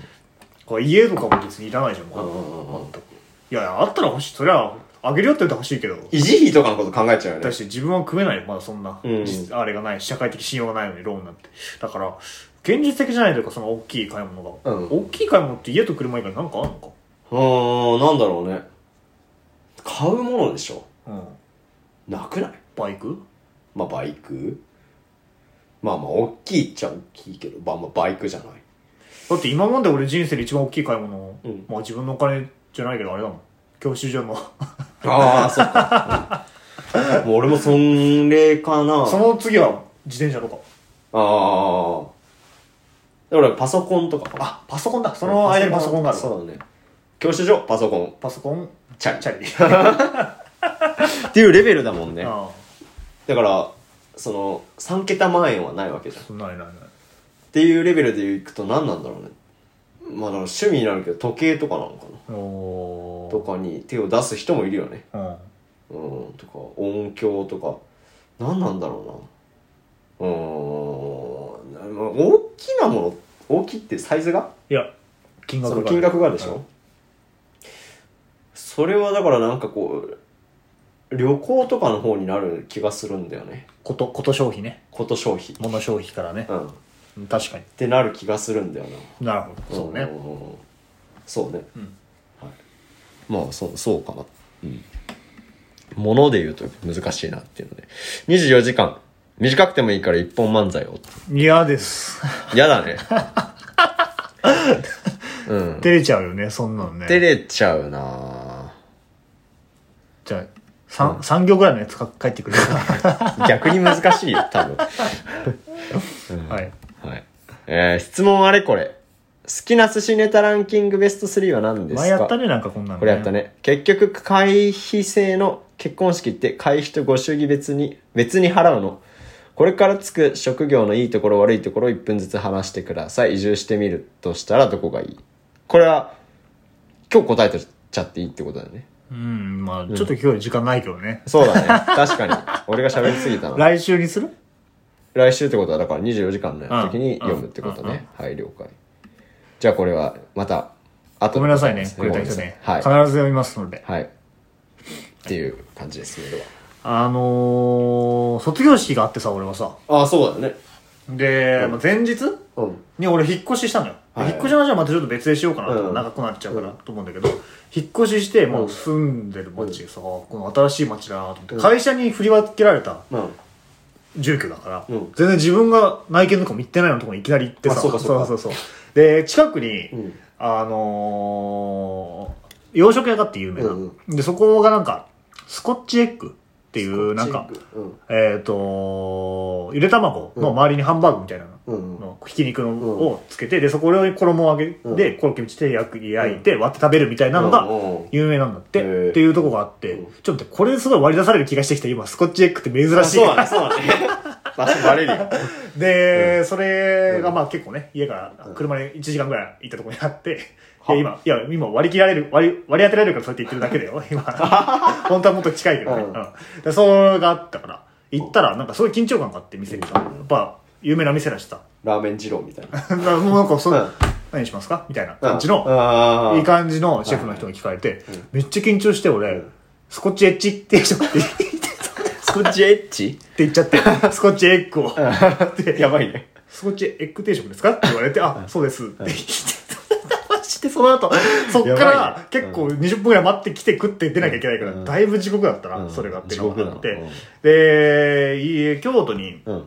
Speaker 2: これ家とかも別にいらないじゃんもういやあったら欲しいそりゃあげるよって言ったら欲しいけど
Speaker 1: 維持費とかのこと考えちゃうよ
Speaker 2: だ
Speaker 1: ね。
Speaker 2: し自分は組めないよまだそんな、
Speaker 1: うん
Speaker 2: 実あれがない社会的信用がないのにローンなんてだから現実的じゃないというかその大きい買い物が、
Speaker 1: うん
Speaker 2: 大きい買い物って家と車以外なんかあんのか
Speaker 1: うーん、なんだろうね。買うものでしょ
Speaker 2: うん
Speaker 1: なくない
Speaker 2: バイク
Speaker 1: まあバイクまあまあ大きいっちゃ大きいけど、まあまあバイクじゃない。
Speaker 2: だって今まで俺人生で一番大きい買い物、
Speaker 1: うん
Speaker 2: まあ自分のお金じゃないけどあれだもん教習 所の
Speaker 1: ああ、そっか。もう俺もそんれかな。
Speaker 2: そ
Speaker 1: あ
Speaker 2: の次は自転車とか
Speaker 1: あ。だからパソコンとか。あ、
Speaker 2: あパソコンだその間にパソコンがある
Speaker 1: そうだね。教習所、パソコン。
Speaker 2: パソコン
Speaker 1: チャリ
Speaker 2: チャリあ
Speaker 1: っていうレベルだもんね。
Speaker 2: あ
Speaker 1: だから、その、3桁万円はないわけじゃん。っ
Speaker 2: そんないないない
Speaker 1: ていうレベルでいくと何なんだろうね。まあだから趣味になるけど、時計とかなのかな。
Speaker 2: お
Speaker 1: とかに手を出す人もいるよね。
Speaker 2: うん
Speaker 1: うん、とか音響とか何なんだろうなうーんまあ大きなもの大きいってサイズが
Speaker 2: いや金額
Speaker 1: そ
Speaker 2: が
Speaker 1: の金額がでし
Speaker 2: う
Speaker 1: ょ
Speaker 2: ん
Speaker 1: それはだからなんかこう旅行とかの方になる気がするんだよね
Speaker 2: ことこと消費ね
Speaker 1: こと消費
Speaker 2: 物消費からね
Speaker 1: う、んっ
Speaker 2: 確かに
Speaker 1: てなる気がするんだよ
Speaker 2: なる
Speaker 1: な
Speaker 2: ほどそうね、
Speaker 1: んそうね、
Speaker 2: ん
Speaker 1: はい、まあそうそうかなうんもので言うと難しいなっていうので24時間短くてもいいから一本漫才を
Speaker 2: 嫌です
Speaker 1: 嫌だ ね。うん。
Speaker 2: 照れちゃうよねそんなのね
Speaker 1: 照れちゃうな
Speaker 2: じゃあ 3,、三行ぐらいのやつか書いてくれるか
Speaker 1: ぁ逆に難しいよ、多分。
Speaker 2: なはい
Speaker 1: はい。えー、質問あれこれ。好きな寿司ネタランキングベスト3は何ですか
Speaker 2: 前やったねなんかこんなの、ね、
Speaker 1: これやったね。結局、会費制の結婚式って会費とご祝儀別に、別に払うの。これからつく職業のいいところ悪いところを1分ずつ話してください。移住してみるとしたらどこがいいこれは、今日答えてちゃっていいってことだよね。
Speaker 2: うんまあちょっと今日時間ないけどね、
Speaker 1: そう だね。確かに。俺が喋りすぎた な。
Speaker 2: 来週にする
Speaker 1: 来週ってことは、だから24時間の時に
Speaker 2: うん
Speaker 1: 読むってことね。はい、了解。じゃあこれは、また、後で
Speaker 2: ごめんなさいね
Speaker 1: ご
Speaker 2: く
Speaker 1: め
Speaker 2: れ
Speaker 1: ん
Speaker 2: た
Speaker 1: な
Speaker 2: 人
Speaker 1: さい
Speaker 2: ね、
Speaker 1: はい
Speaker 2: 必。ず読みますので
Speaker 1: はい。っていう感じです、メールは。
Speaker 2: あのー、卒業式があってさ俺はさ
Speaker 1: ああ、そうだよね。
Speaker 2: で、まあ、前日
Speaker 1: うん。
Speaker 2: に俺引っ越ししたのよ、
Speaker 1: はい
Speaker 2: 引っ越しの話はまたちょっと別でしようかなと、
Speaker 1: うん
Speaker 2: 長くなっちゃうから
Speaker 1: うん
Speaker 2: と思うんだけど、引っ越ししてもううん住んでる街、さこの新しい街だなと思って、会社に振り分けられた
Speaker 1: うん。
Speaker 2: 住居だから、
Speaker 1: うん
Speaker 2: 全然自分が内見とかも行ってないようなところにいきなり行ってさ
Speaker 1: あそうかそうか
Speaker 2: そうそうで近くに、
Speaker 1: うん
Speaker 2: あのー、洋食屋があって有名な、
Speaker 1: うん
Speaker 2: でそこがなんかスコッチエッグっていうなんか
Speaker 1: うん。
Speaker 2: えっ、とゆで卵の周りにハンバーグみたいなの、
Speaker 1: うん。
Speaker 2: のひき肉のをつけて、で、そこを衣を揚げて、
Speaker 1: う
Speaker 2: コロッケ打ちで焼く焼いて、割って食べるみたいなのが、有名なんだって、
Speaker 1: へー
Speaker 2: っていうとこがあって、
Speaker 1: うん
Speaker 2: ちょっと待って、これすごい割り出される気がしてきた、今、スコッチエッグって珍
Speaker 1: あ
Speaker 2: しい
Speaker 1: そうだね、そうだね。場所バレるよ。
Speaker 2: で、それが
Speaker 1: うん
Speaker 2: まあ結構ね、家から車で1時間ぐらい行ったところにあって、
Speaker 1: はい
Speaker 2: や今、いや、今割り切られる、割り、割り当てられるからそうやって言ってるだけだ よ、今。本当はもっと近いけどね。
Speaker 1: う
Speaker 2: うんん。で、それがあったから、行ったら、なんかすごい緊張感があって、店にさ、やっぱ、有名な店だしさ。
Speaker 1: ラーメン二郎みたいな。
Speaker 2: だからもうなんか、そ
Speaker 1: うん
Speaker 2: の、何にしますかみたいな
Speaker 1: うん
Speaker 2: 感じの、
Speaker 1: ああ。
Speaker 2: いい感じのシェフの人が聞かれて、めっちゃ緊張して俺、
Speaker 1: ん
Speaker 2: スコッチエッジって言っちゃって
Speaker 1: スコッチエッチ
Speaker 2: って言っちゃって、スコッチエッグを。
Speaker 1: やばいね。
Speaker 2: スコッチエッグ定食ですかって言われて、あ、そうですって言って、マジで その後、そっか
Speaker 1: やばい
Speaker 2: ら
Speaker 1: ね
Speaker 2: 結構20分ぐらい待ってきて食って出なきゃいけないから、
Speaker 1: うん
Speaker 2: だいぶ地獄だったな、
Speaker 1: うん
Speaker 2: それがって
Speaker 1: 地獄だな
Speaker 2: って
Speaker 1: うん。
Speaker 2: で、いいえ京都に
Speaker 1: うん。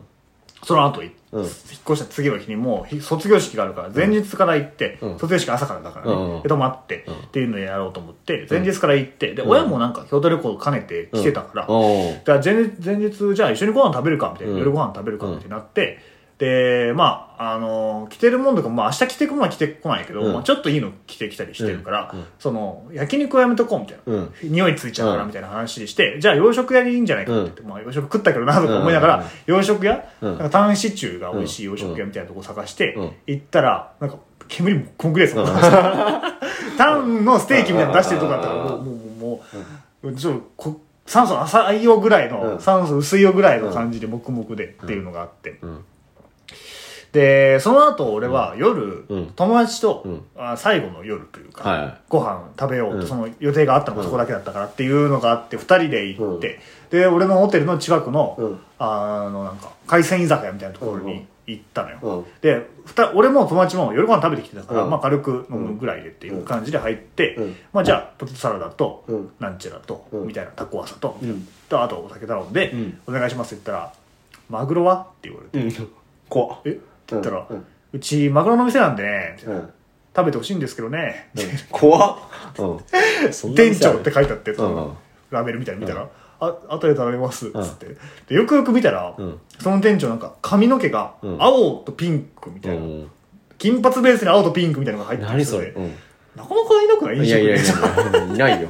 Speaker 2: その後い、
Speaker 1: うん
Speaker 2: 引っ越した次の日にもうひ卒業式があるから前日から行って、
Speaker 1: うん
Speaker 2: 卒業式朝からだからね、
Speaker 1: うんうん
Speaker 2: で泊まって、っていうのやろうと思って前日から行ってで、親もなんか京都旅行兼ねて来てたから、
Speaker 1: おー
Speaker 2: だから前日前日じゃあ一緒にご飯食べるかみたいな、
Speaker 1: うん
Speaker 2: 夜ご飯食べるかってなって、でまああの着てるもんとか、まあ、明日着てくものは着てこないけど、
Speaker 1: うん
Speaker 2: まあ、ちょっといいの着てきたりしてるから、
Speaker 1: うんうん
Speaker 2: その焼肉はやめとこうみたいな、
Speaker 1: うん
Speaker 2: 匂いついちゃうから
Speaker 1: うん
Speaker 2: みたいな話でして、じゃあ洋食屋でいいんじゃないかって言って、まあ、洋食食ったけどなとか思いながら、
Speaker 1: うんうん
Speaker 2: 洋食屋、
Speaker 1: うん
Speaker 2: なんかタンシチューが美味しい洋食屋みたいなとこ探して、
Speaker 1: うん
Speaker 2: 行ったらなんか煙もこんぐらいですもんタンのステーキみたいなの出してるとこだったからもうもうもうもうちょっとこ酸素浅いよぐらい
Speaker 1: う
Speaker 2: の、
Speaker 1: ん
Speaker 2: 酸素薄いよぐらいの感じで黙々でっていうのがあって、
Speaker 1: ん
Speaker 2: でその後俺は夜、
Speaker 1: うん
Speaker 2: 友達と、
Speaker 1: うん
Speaker 2: あ最後の夜というか、
Speaker 1: は
Speaker 2: ご飯食べようと、
Speaker 1: うん
Speaker 2: その予定があったのがそこだけだったからっていうのがあって2人で行って、で俺のホテルの近くの、
Speaker 1: うん
Speaker 2: あのなんか海鮮居酒屋みたいなところ
Speaker 1: うんう
Speaker 2: に
Speaker 1: ん
Speaker 2: 行ったのよ、
Speaker 1: うん
Speaker 2: でふた俺も友達も夜ご飯食べてきてたから、
Speaker 1: うん
Speaker 2: まあ、軽く飲むぐらいでっていう感じで入って、
Speaker 1: うん
Speaker 2: まあ、じゃあポテトサラダと、
Speaker 1: うん
Speaker 2: なんちゃらと、
Speaker 1: うん
Speaker 2: みたいなタコワサと、
Speaker 1: うん
Speaker 2: とあとお酒頼んで、
Speaker 1: うん
Speaker 2: お願いしますって言ったら「マグロは?」って言われて
Speaker 1: うん怖っ
Speaker 2: 「えっ?」て言ったら、
Speaker 1: う
Speaker 2: うん
Speaker 1: うん
Speaker 2: ちマグロの店なんでね」みたいな
Speaker 1: うん
Speaker 2: 食べてほしいんですけどね」
Speaker 1: 怖っうんそんな
Speaker 2: 店
Speaker 1: 店あ
Speaker 2: 長
Speaker 1: る
Speaker 2: って書いてあって、
Speaker 1: うんうん
Speaker 2: ラベルみたいに見たら、あ後で食べますっつって、でよくよく見たら、
Speaker 1: うん
Speaker 2: その店長なんか髪の毛が
Speaker 1: うん
Speaker 2: 青とピンクみたいな、
Speaker 1: うん
Speaker 2: 金髪ベースに青とピンクみたいなのが入ってる
Speaker 1: 何
Speaker 2: 人
Speaker 1: そ
Speaker 2: で
Speaker 1: れうん
Speaker 2: なかなかいなくない飲
Speaker 1: いや
Speaker 2: 食
Speaker 1: いやい
Speaker 2: 店長
Speaker 1: やいないよ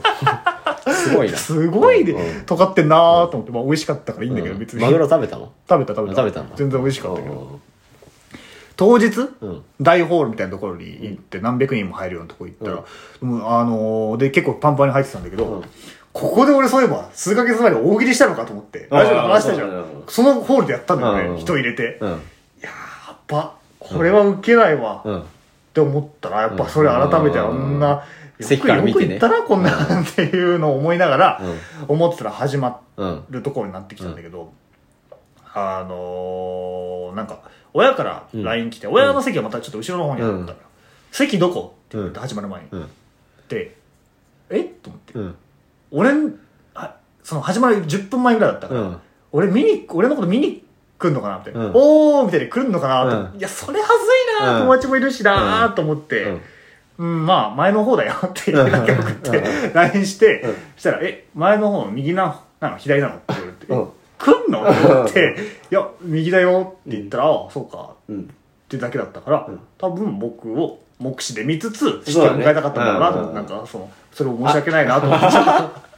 Speaker 1: すごいな
Speaker 2: すごいね、
Speaker 1: うん
Speaker 2: 尖ってんなーと思って、まあ、美味しかったからいいんだけど、
Speaker 1: う
Speaker 2: 別に
Speaker 1: マグロ食べたの
Speaker 2: 食べた食べた
Speaker 1: 食べたの
Speaker 2: 全然美味しかったけど当日、
Speaker 1: うん
Speaker 2: 大ホールみたいなところに行って何百人も入るようなとこ行ったら、もうあのーで結構パンパンに入ってたんだけど、
Speaker 1: うん
Speaker 2: ここで俺そういえば数ヶ月前に大喜利したのかと思って
Speaker 1: あー
Speaker 2: ラジオで話したじゃ
Speaker 1: そうだね
Speaker 2: んそのホールでやったんだよね、
Speaker 1: うん
Speaker 2: 人入れて、
Speaker 1: うん
Speaker 2: やっぱこれはウケないわ、
Speaker 1: う
Speaker 2: っ
Speaker 1: ん
Speaker 2: て思ったらやっぱそれ改めてあんな、
Speaker 1: うん
Speaker 2: よくよく言ったな、こんなっていうのを思いながら、思ってたら始まっ
Speaker 1: うん
Speaker 2: るところになってきたんだけど、あのーなんか親から LINE 来て、親の席はまたちょっと後ろの方にあったのよ、
Speaker 1: うん
Speaker 2: 席どこって
Speaker 1: う
Speaker 2: 言
Speaker 1: ん
Speaker 2: って始まる前に、
Speaker 1: うん
Speaker 2: でえと思って、
Speaker 1: うん
Speaker 2: 俺んあその始まる10分前ぐらいだったか
Speaker 1: う
Speaker 2: ら、
Speaker 1: ん
Speaker 2: 俺見に俺のこと見に来るのかなって、
Speaker 1: うん
Speaker 2: おーみたいに来るのかなって、
Speaker 1: う
Speaker 2: いやそれはずいな、
Speaker 1: うん
Speaker 2: 友達もいるしなーと思って、
Speaker 1: うん
Speaker 2: うん、まあ、前の方だよって連絡送って
Speaker 1: う、
Speaker 2: LINE して
Speaker 1: うん、
Speaker 2: そしたら、え、前の方の右ななの左なのって言われて、
Speaker 1: うん
Speaker 2: 来んのって言って、いや、右だよって言ったら、ああ、そうか、
Speaker 1: うん
Speaker 2: ってだけだったから
Speaker 1: うん、
Speaker 2: 多分僕を目視で見つつ、して
Speaker 1: そうだ
Speaker 2: 迎
Speaker 1: ね
Speaker 2: えたかったんだろうなと思って、
Speaker 1: うんう
Speaker 2: なんんか、その、それを申し訳ないなと思って。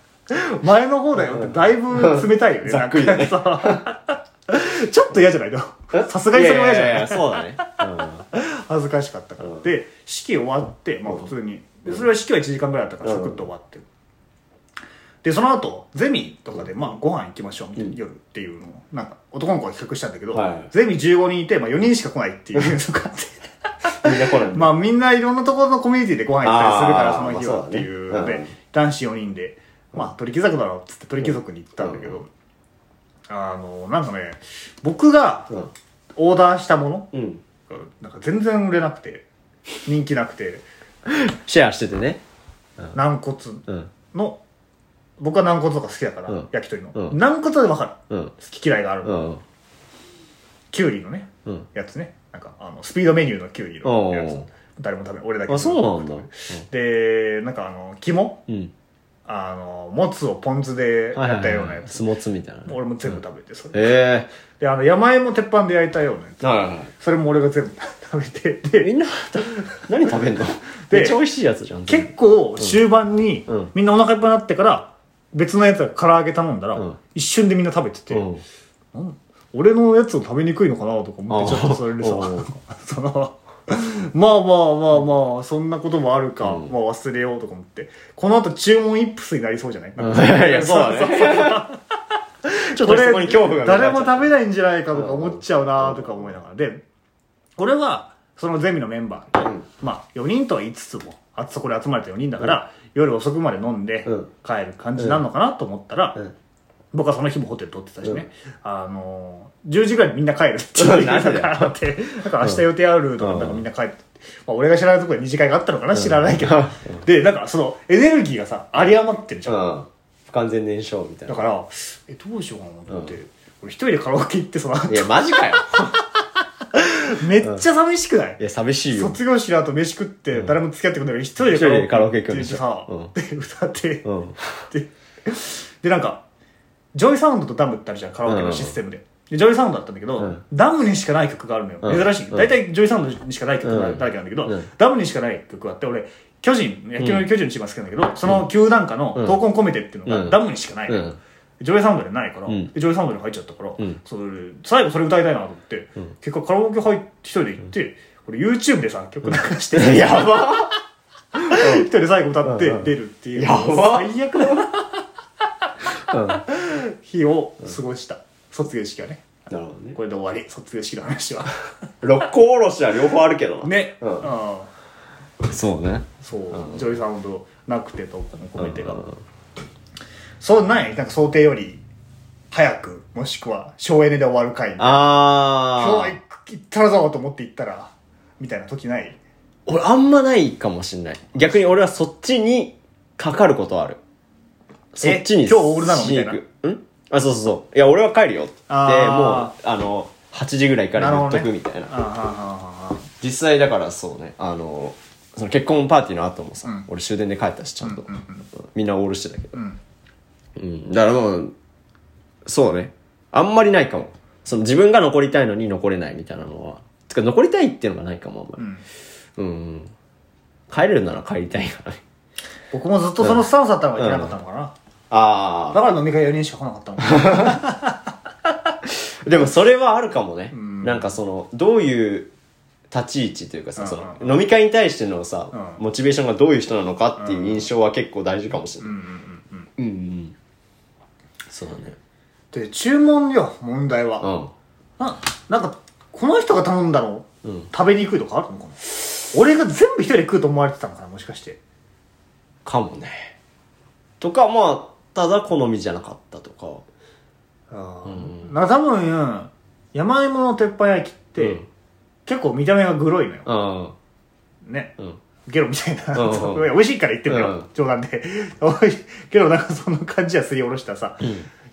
Speaker 2: 前の方だよってだいぶ冷たいよね。
Speaker 1: ざっくりだね
Speaker 2: なんかさ ちょっと嫌じゃないのさすがにそれは嫌じゃない
Speaker 1: いやいやいや そうだね
Speaker 2: 恥ずかしかったから、
Speaker 1: うん
Speaker 2: で式終わって、まあ、普通に、でそれは式は1時間ぐらいだったから
Speaker 1: う
Speaker 2: サ
Speaker 1: ん
Speaker 2: クッと終わって、でその後ゼミとかで、まあ、ご飯行きましょうみたいな、
Speaker 1: うん
Speaker 2: 夜っていうのをなんか男の子が企画したんだけど、
Speaker 1: はい
Speaker 2: ゼミ15人いて、まあ、4人しか来ないっていうのがあって
Speaker 1: うんみんな来ない
Speaker 2: まあみんないろんなところのコミュニティでご飯行ったりするか
Speaker 1: あ
Speaker 2: ら
Speaker 1: ー
Speaker 2: その日
Speaker 1: まあ
Speaker 2: は
Speaker 1: そ
Speaker 2: っ
Speaker 1: うだ
Speaker 2: て
Speaker 1: ね
Speaker 2: いうので、
Speaker 1: うん
Speaker 2: 男子4人でまあ鳥貴族だろうっつって鳥貴族に行ったんだけど、あのなんかね僕が
Speaker 1: うん
Speaker 2: オーダーしたもの
Speaker 1: うん
Speaker 2: がなんか全然売れなくて人気なくて
Speaker 1: シェアしててね
Speaker 2: 軟骨
Speaker 1: うん
Speaker 2: の僕は軟骨とか好きだから、
Speaker 1: うん
Speaker 2: 焼き鳥の、
Speaker 1: うん
Speaker 2: 軟骨は分かる
Speaker 1: うん
Speaker 2: 好き嫌いがある、
Speaker 1: うん
Speaker 2: きゅうりのね
Speaker 1: うん
Speaker 2: やつねなんかあのスピードメニューのきゅうりのやつ
Speaker 1: おう
Speaker 2: 誰も食べない俺だけ
Speaker 1: あそうなんだ
Speaker 2: でなんかあの肝
Speaker 1: うん
Speaker 2: あのもつをポン酢でやったようなやつ、
Speaker 1: スモツみたいなね
Speaker 2: 俺も全部食べてそれ、
Speaker 1: え
Speaker 2: であの山芋鉄板で焼いたようなや
Speaker 1: え
Speaker 2: つ
Speaker 1: はいはいはい
Speaker 2: それも俺が全部 食べてで
Speaker 1: みんな何食べんのめっちゃ美味しいやつじゃん
Speaker 2: 結構終盤に、
Speaker 1: うん
Speaker 2: みんなお腹いっぱいになってから別のやつが唐揚げ頼んだら、
Speaker 1: うん
Speaker 2: 一瞬でみんな食べてて、
Speaker 1: うん
Speaker 2: なん俺のやつを食べにくいのかなとか思ってちょっとそれでさ
Speaker 1: あー
Speaker 2: そのまあまあまあまあそんなこともあるか、
Speaker 1: うん
Speaker 2: まあ忘れようとか思ってこの後注文イップスになりそうじゃない、なんか
Speaker 1: いやいやそうだねちょっ
Speaker 2: ことれ
Speaker 1: そこに恐怖が
Speaker 2: 誰も食
Speaker 1: べ
Speaker 2: べないんじゃないかとか思っちゃうなとか思いながらでこれはそのゼミのメンバ
Speaker 1: う
Speaker 2: ー、
Speaker 1: ん
Speaker 2: まあ4人とは言いつつもあそこで集まれた4人だから、夜遅くまで飲んで
Speaker 1: うん
Speaker 2: 帰る感じになるのかなと思ったら、
Speaker 1: うん
Speaker 2: 僕はその日もホテル取ってたしね、あのー10時ぐらいにみんな帰るっていう
Speaker 1: うん なんでだよ
Speaker 2: だからってだから明日予定あるとかなんかみんな帰って、まあ、俺が知らないところで二次会があったのかな、知らないけど、でなんかそのエネルギーがさ有り余ってるじゃん
Speaker 1: うん不完全燃焼みたい
Speaker 2: だ
Speaker 1: な
Speaker 2: からえどうしようかなと思って、俺一人でカラオケ行ってさ、
Speaker 1: いや、マジかよ。
Speaker 2: めっちゃ寂しくない
Speaker 1: いや、寂しいよ。
Speaker 2: 卒業式の後飯食って誰も付き合ってくんだから一人で
Speaker 1: 一人でカラオケ行くんでしょ
Speaker 2: 行ってさ、で歌って、
Speaker 1: うん。
Speaker 2: ででなんかジョイサウンドとダムってあるじゃんカラオケのシステムで,、でジョイサウンドだったんだけど、
Speaker 1: うん
Speaker 2: ダムにしかない曲があるのよ、
Speaker 1: うん
Speaker 2: 珍しい大体ジョイサウンドにしかない曲が
Speaker 1: うん
Speaker 2: だらけなんだけど、
Speaker 1: うん
Speaker 2: ダムにしかない曲があって俺巨人野球の巨人のチームが好きなんだけど、その球団歌の「闘魂込めて」っていうのが、
Speaker 1: うん
Speaker 2: ダムにしかないのよ、
Speaker 1: うん
Speaker 2: ジョイサウンドでないから、
Speaker 1: うん
Speaker 2: でジョイサウンドに入っちゃったから、
Speaker 1: ん
Speaker 2: それ最後それ歌いたいなと思って、結果カラオケ入って一人で行って、これ YouTube でさ曲流して、
Speaker 1: やば
Speaker 2: 一人で最後歌って
Speaker 1: うんうん
Speaker 2: 出るっていう、
Speaker 1: やば
Speaker 2: 最悪だな日を過ごした、卒業式はね
Speaker 1: なるほどね。
Speaker 2: これで終わり卒業式の話は
Speaker 1: 六甲おろしは両方あるけどな。
Speaker 2: ね
Speaker 1: うん
Speaker 2: ああ
Speaker 1: そうね。
Speaker 2: そう、ジョイサウンドなくてとコメントが、
Speaker 1: うんうんうん
Speaker 2: そうないなんか想定より早くもしくは省エネで終わる回今日
Speaker 1: あ
Speaker 2: は
Speaker 1: ー。
Speaker 2: 行ったらぞと思って行ったらみたいな時ない
Speaker 1: 俺あんまないかもしんない。逆に俺はそっちにかかることある。そっちに
Speaker 2: え今日オールなのみたいな
Speaker 1: しに行くんあ、そうそうそう。いや、俺は帰るよって、もう、
Speaker 2: あ
Speaker 1: あの、8時ぐらいから言っとくみたいな。
Speaker 2: ああああああ
Speaker 1: 実際だからそうね、あの、その結婚パーティーの後もさ、
Speaker 2: うん
Speaker 1: 俺終電で帰ったし、ちゃんと、
Speaker 2: うんうん
Speaker 1: みんなオールしてたけど。
Speaker 2: うん
Speaker 1: うん。だからもう、そうね。あんまりないかも。その自分が残りたいのに残れないみたいなのは。てか残りたいっていうのがないかも、あんまり
Speaker 2: う。ん
Speaker 1: うん。帰れるなら帰りたいからね。
Speaker 2: 僕もずっとそのスタンスだったのがいけなかったのかな、
Speaker 1: あ
Speaker 2: だから飲み会4人しか来なかったのかな
Speaker 1: あ。でもそれはあるかもね。
Speaker 2: ん
Speaker 1: なんかその、どういう立ち位置というかさ、
Speaker 2: うん
Speaker 1: その、飲み会に対してのさ、
Speaker 2: うん
Speaker 1: モチベーションがどういう人なのかっていう印象は結構大事かもしれ
Speaker 2: うん
Speaker 1: な
Speaker 2: う
Speaker 1: い。
Speaker 2: んうんうん
Speaker 1: うん、うん、そうだね。
Speaker 2: で注文よ問題は、
Speaker 1: うん。
Speaker 2: ななんかこの人が頼んだの、
Speaker 1: うん
Speaker 2: 食べにくいとかあるのかな俺が全部一人で食うと思われてたのかなもしかして
Speaker 1: かもね。とか、まあ、ただ好みじゃなかったとか。
Speaker 2: ああ
Speaker 1: うん
Speaker 2: なんか多分山芋の鉄板焼きって、
Speaker 1: うん
Speaker 2: 結構見た目がグロいのよ、
Speaker 1: うん。
Speaker 2: ね
Speaker 1: うん。
Speaker 2: ゲロみたいな、
Speaker 1: うんうん
Speaker 2: い や美味しいから言ってるよ、
Speaker 1: うん
Speaker 2: 冗談で おいゲロなんかその感じはすりおろしたらさ、
Speaker 1: ん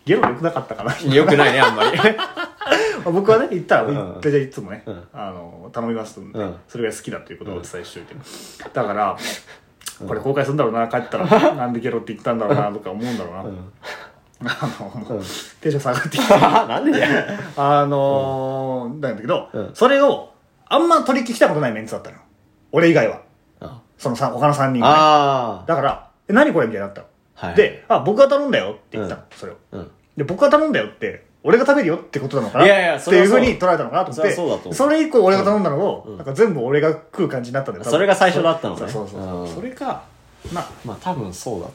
Speaker 2: ゲロ良くなかったかな
Speaker 1: よくないね、あんまり。
Speaker 2: まあ僕はね言ったら
Speaker 1: うん
Speaker 2: 大体いつもね、
Speaker 1: うん
Speaker 2: あの頼みますんで、
Speaker 1: うん
Speaker 2: それぐらい好きだということをお伝えしておいて、だからこれ後悔するんだろうな帰っ たらなんでゲロって言ったんだろうなとか思うんだろうな、
Speaker 1: ん
Speaker 2: あのもう、
Speaker 1: うん
Speaker 2: テンション下がってき て
Speaker 1: なんでだよ。
Speaker 2: あのーなんだけど、
Speaker 1: うん
Speaker 2: それをあんま取り聞きたことないメンツだったの俺以外は
Speaker 1: あ
Speaker 2: そのさ他の3人が、ね、
Speaker 1: あ。
Speaker 2: だから「え何これ?」みたいになったの、
Speaker 1: はい。
Speaker 2: で、あ「僕が頼んだよ」って言ったの、
Speaker 1: う
Speaker 2: それを
Speaker 1: うん。
Speaker 2: で僕が頼んだよって俺が食べるよってことなのかない
Speaker 1: やいや
Speaker 2: って
Speaker 1: それ
Speaker 2: いう
Speaker 1: は
Speaker 2: ふ
Speaker 1: そう
Speaker 2: うに捉えたのかなと
Speaker 1: そ
Speaker 2: 思って
Speaker 1: れはそうだと思う
Speaker 2: れ以降俺が頼んだのを、なんか全部俺が食う感じになったんだよ多分
Speaker 1: それが最初だったのね
Speaker 2: そうそうそうそう
Speaker 1: うん
Speaker 2: それかな
Speaker 1: まあ、多分そうだと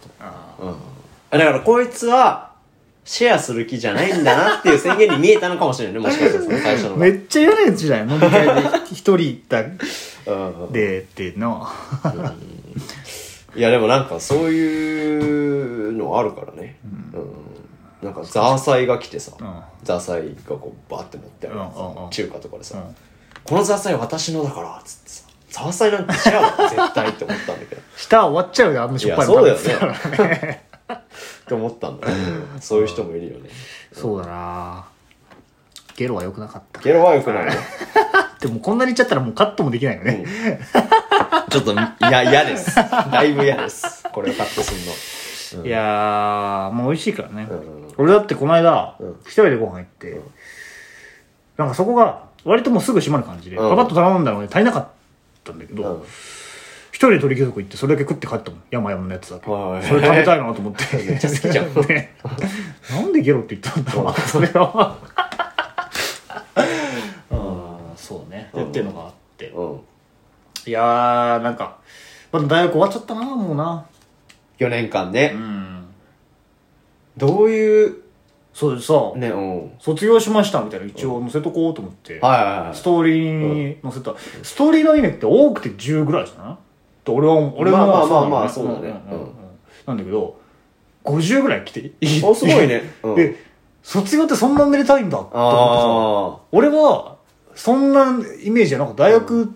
Speaker 1: 思う。
Speaker 2: あ
Speaker 1: うんだからこいつは、シェアする気じゃないんだなっていう宣言に見えたのかもし れないね。もしかしたらその最初の
Speaker 2: ー
Speaker 1: が。
Speaker 2: めっちゃ嫌なやつじゃない飲み会で一人行った
Speaker 1: うんうん
Speaker 2: でっての
Speaker 1: いやでもなんかそういうのあるからね。うんなんかザーサイが来てさ、
Speaker 2: ん
Speaker 1: ザーサイがこうバーって持ってあるやつ
Speaker 2: うんうんうん
Speaker 1: 中華とかでさ、
Speaker 2: うん
Speaker 1: このザーサイ私のだからっつってさ、ザーサイなんてシェアだろ絶対って思ったんだけど。
Speaker 2: 舌終わっちゃうよあんなしょっぱいの
Speaker 1: いや
Speaker 2: 食べてたらね
Speaker 1: って思ったんだけど、そういう人もいるよね。
Speaker 2: そうだなゲロは良くなかった
Speaker 1: ゲロは良くないね。
Speaker 2: でもこんなにいっちゃったらもうカットもできないよね、
Speaker 1: ちょっと、いや、嫌です。 だいぶ嫌です。これをカットすんの。
Speaker 2: いやー、もう美味しいからね。
Speaker 1: んうん
Speaker 2: 俺だってこの間、
Speaker 1: うん
Speaker 2: 一人でご飯行って、なんかそこが、割ともうすぐ閉まる感じで、
Speaker 1: うん
Speaker 2: パパッと頼んだのに足りなかったんだけど、
Speaker 1: うん
Speaker 2: 一人で鳥貴族行ってそれだけ食って帰ったもん。山々のやつだけ。
Speaker 1: はい
Speaker 2: それ食べたいなと思って。
Speaker 1: めっちゃ好きじゃん
Speaker 2: ねなんでゲロって言ったんだろうな、それは。 うん、そうね。
Speaker 1: うん
Speaker 2: っていうのがあって。
Speaker 1: うん。
Speaker 2: いやー、なんか、まだ大学終わっちゃったな、もうな。
Speaker 1: 4年間ね。
Speaker 2: うん。
Speaker 1: どういう、
Speaker 2: そうでさ、
Speaker 1: ね、うん。
Speaker 2: 卒業しましたみたいな一応載せとこうと思って、
Speaker 1: はいはいはい
Speaker 2: ストーリーに載せた、ストーリーのいいねって多くて10ぐらいじゃないと俺は俺は
Speaker 1: まあまあ
Speaker 2: なの
Speaker 1: まあそうだね
Speaker 2: んんん
Speaker 1: うん
Speaker 2: なんだけど50ぐらい来ていい
Speaker 1: お、すごいね。うん
Speaker 2: で卒業ってそんなめでたいんだって思ってさ
Speaker 1: あ
Speaker 2: 俺はそんなイメージじゃなく大学っ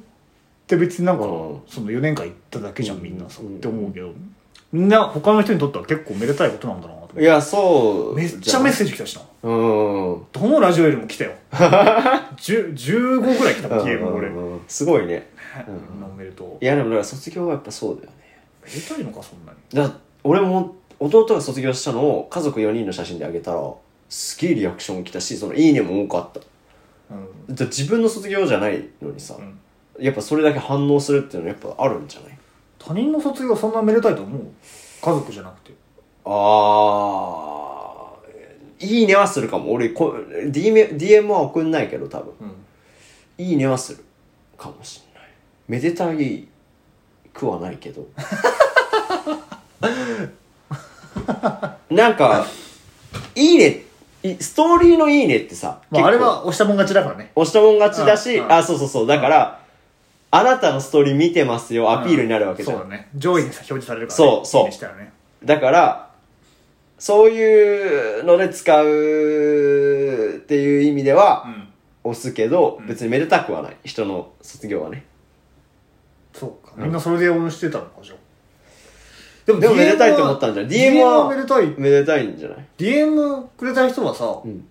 Speaker 2: て別になんか、
Speaker 1: うん
Speaker 2: その4年間行っただけじゃんみんなそう
Speaker 1: うん
Speaker 2: って思うけどみんな他の人にとっては結構めでたいことなんだなと
Speaker 1: いや、そう。
Speaker 2: めっちゃメッセージ来たしな
Speaker 1: うん。うん。
Speaker 2: どのラジオよりも 来たよ10 15ぐらい来たもん消えば俺
Speaker 1: うんうんうんすごいね。
Speaker 2: みんなおめでとう
Speaker 1: いや、でもだから卒業はやっぱそうだよね。
Speaker 2: めでたいのかそんなに
Speaker 1: だから俺も弟が卒業したのを家族4人の写真であげたら、すげえリアクション来たし、そのいいねも多かった。
Speaker 2: うん
Speaker 1: だから自分の卒業じゃないのにさ、
Speaker 2: うん
Speaker 1: やっぱそれだけ反応するっていうのはやっぱあるんじゃない
Speaker 2: 他人の卒業そんなめでたいと思う家族じゃなくて
Speaker 1: あーいいねはするかも俺こ DM, DM は送んないけど多分
Speaker 2: うん
Speaker 1: いいねはするかもしれないめでたいくはないけど なんか「いいね」いストーリーの「いいね」ってさ、
Speaker 2: まああれ
Speaker 1: 結構
Speaker 2: は押したもん勝ちだからね
Speaker 1: 押したもん勝ちだし、
Speaker 2: うんうん
Speaker 1: あそうそうそうだから、あなたのストーリー見てますよアピールになるわけじゃん、
Speaker 2: そうだね上位にさ表示されるからね
Speaker 1: そうそう
Speaker 2: いいねしたらね
Speaker 1: だから、そういうので使うっていう意味で
Speaker 2: う
Speaker 1: は、
Speaker 2: ん
Speaker 1: 押すけど、
Speaker 2: うん
Speaker 1: 別にめでたくはない。人の卒業はね。
Speaker 2: そうか
Speaker 1: うん
Speaker 2: みんなそれで応援してたのかじゃあでも
Speaker 1: でもめでたいと思ったんじゃない
Speaker 2: DM
Speaker 1: DM は
Speaker 2: はめでたい
Speaker 1: めでたいんじゃない
Speaker 2: DM くれた人はさ
Speaker 1: うん。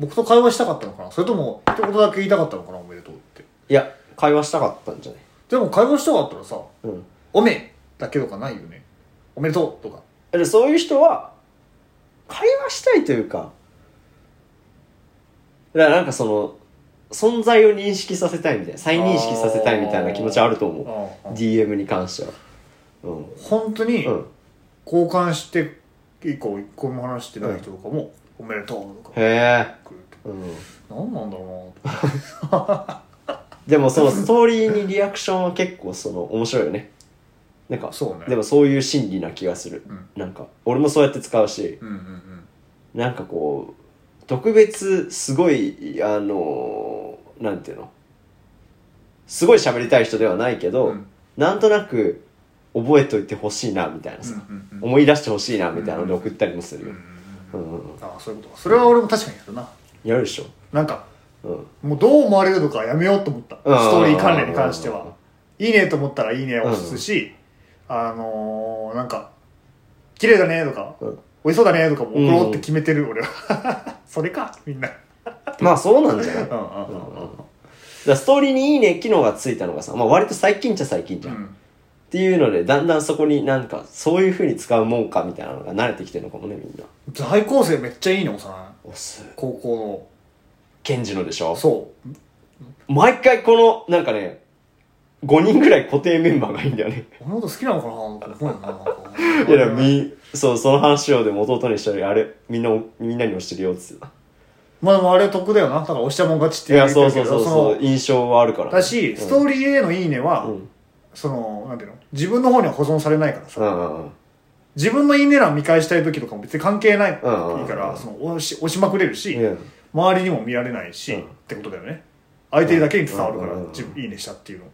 Speaker 2: 僕と会話したかったのかなそれとも一言だけ言いたかったのかなおめでとうって
Speaker 1: いや、会話したかったんじゃない
Speaker 2: でも会話したかったらさ
Speaker 1: うん。
Speaker 2: 「おめ」だけとかないよね「おめでとう」とか
Speaker 1: でそういう人は、会話したいというか、だからなんかその、存在を認識させたいみたいな、再認識させたいみたいな気持ちはあると思
Speaker 2: あ
Speaker 1: う。
Speaker 2: あ
Speaker 1: DM に関しては。うん。
Speaker 2: 本当に
Speaker 1: うん。
Speaker 2: 交換して以降一個も話してない人とかも「おめでとう」とか
Speaker 1: へえ。
Speaker 2: 来る
Speaker 1: うん。
Speaker 2: と何なんだろうなと
Speaker 1: でもそのストーリーにリアクションは結構その面白いよねなんか
Speaker 2: そうね
Speaker 1: でもそういう心理な気がする、
Speaker 2: うん
Speaker 1: なんか俺もそうやって使うし
Speaker 2: うんうんうん
Speaker 1: なんかこう特別すごいあのーなんていうのすごい喋りたい人ではないけど、
Speaker 2: うん
Speaker 1: なんとなく覚えといてほしいなみたいなさ、
Speaker 2: うんうんうん
Speaker 1: 思い出してほしいなみたいなので送ったりもするよ、うんうん
Speaker 2: ああそういうことかそれは俺も確かにやるな
Speaker 1: やるでしょ、
Speaker 2: なんか
Speaker 1: うん、
Speaker 2: もうどう思われるのかやめようと思ったス
Speaker 1: うん
Speaker 2: トーリー関連に関して
Speaker 1: うん
Speaker 2: はいいねと思ったらいいねを押すしあのーなんか綺麗だねとか
Speaker 1: うん
Speaker 2: 美味しそうだねとかも送ろうっ
Speaker 1: う
Speaker 2: て
Speaker 1: ん
Speaker 2: 決めてる俺は それかみんな
Speaker 1: まあそうなんじゃない
Speaker 2: うんう
Speaker 1: う
Speaker 2: んうん
Speaker 1: うんう
Speaker 2: ん
Speaker 1: んだからストーリーにいいね機能がついたのがさ、まあ、割と最近っちゃ最近じゃん、っ
Speaker 2: ん
Speaker 1: ていうのでだんだんそこになんかそういうふうに使うもんかみたいなのが慣れてきてるのかもねみんな
Speaker 2: 在校生めっちゃいいね押さない
Speaker 1: 押す
Speaker 2: 高校
Speaker 1: ケンジのでしょ
Speaker 2: のそう
Speaker 1: 毎回このなんかね5人ぐらい固定メンバーがいいんだよ ね
Speaker 2: 俺のこと好きなのかなと思うよななんか
Speaker 1: いやでもみそうその話をでも弟にしたらあれみんなみんなに押してるよっつってた
Speaker 2: まあでもあれ得だよなだから押したもん勝ちって
Speaker 1: い
Speaker 2: 言
Speaker 1: や
Speaker 2: うけ
Speaker 1: そう
Speaker 2: ど
Speaker 1: そうそう
Speaker 2: そ
Speaker 1: そう
Speaker 2: の
Speaker 1: 印象はあるから
Speaker 2: だしストーリーへのいいねは、
Speaker 1: うん
Speaker 2: そのなんていうの自分の方には保存されないからさ、
Speaker 1: うんうんうん
Speaker 2: 自分のいいね欄見返したい時とかも別に関係ないいいか
Speaker 1: うんうんうん
Speaker 2: らその押し押しまくれるし、
Speaker 1: うん
Speaker 2: 周りにも見られないし、
Speaker 1: うん
Speaker 2: ってことだよね相手だけに伝わるから、
Speaker 1: うんうんうん
Speaker 2: 自分いいねしたっていうの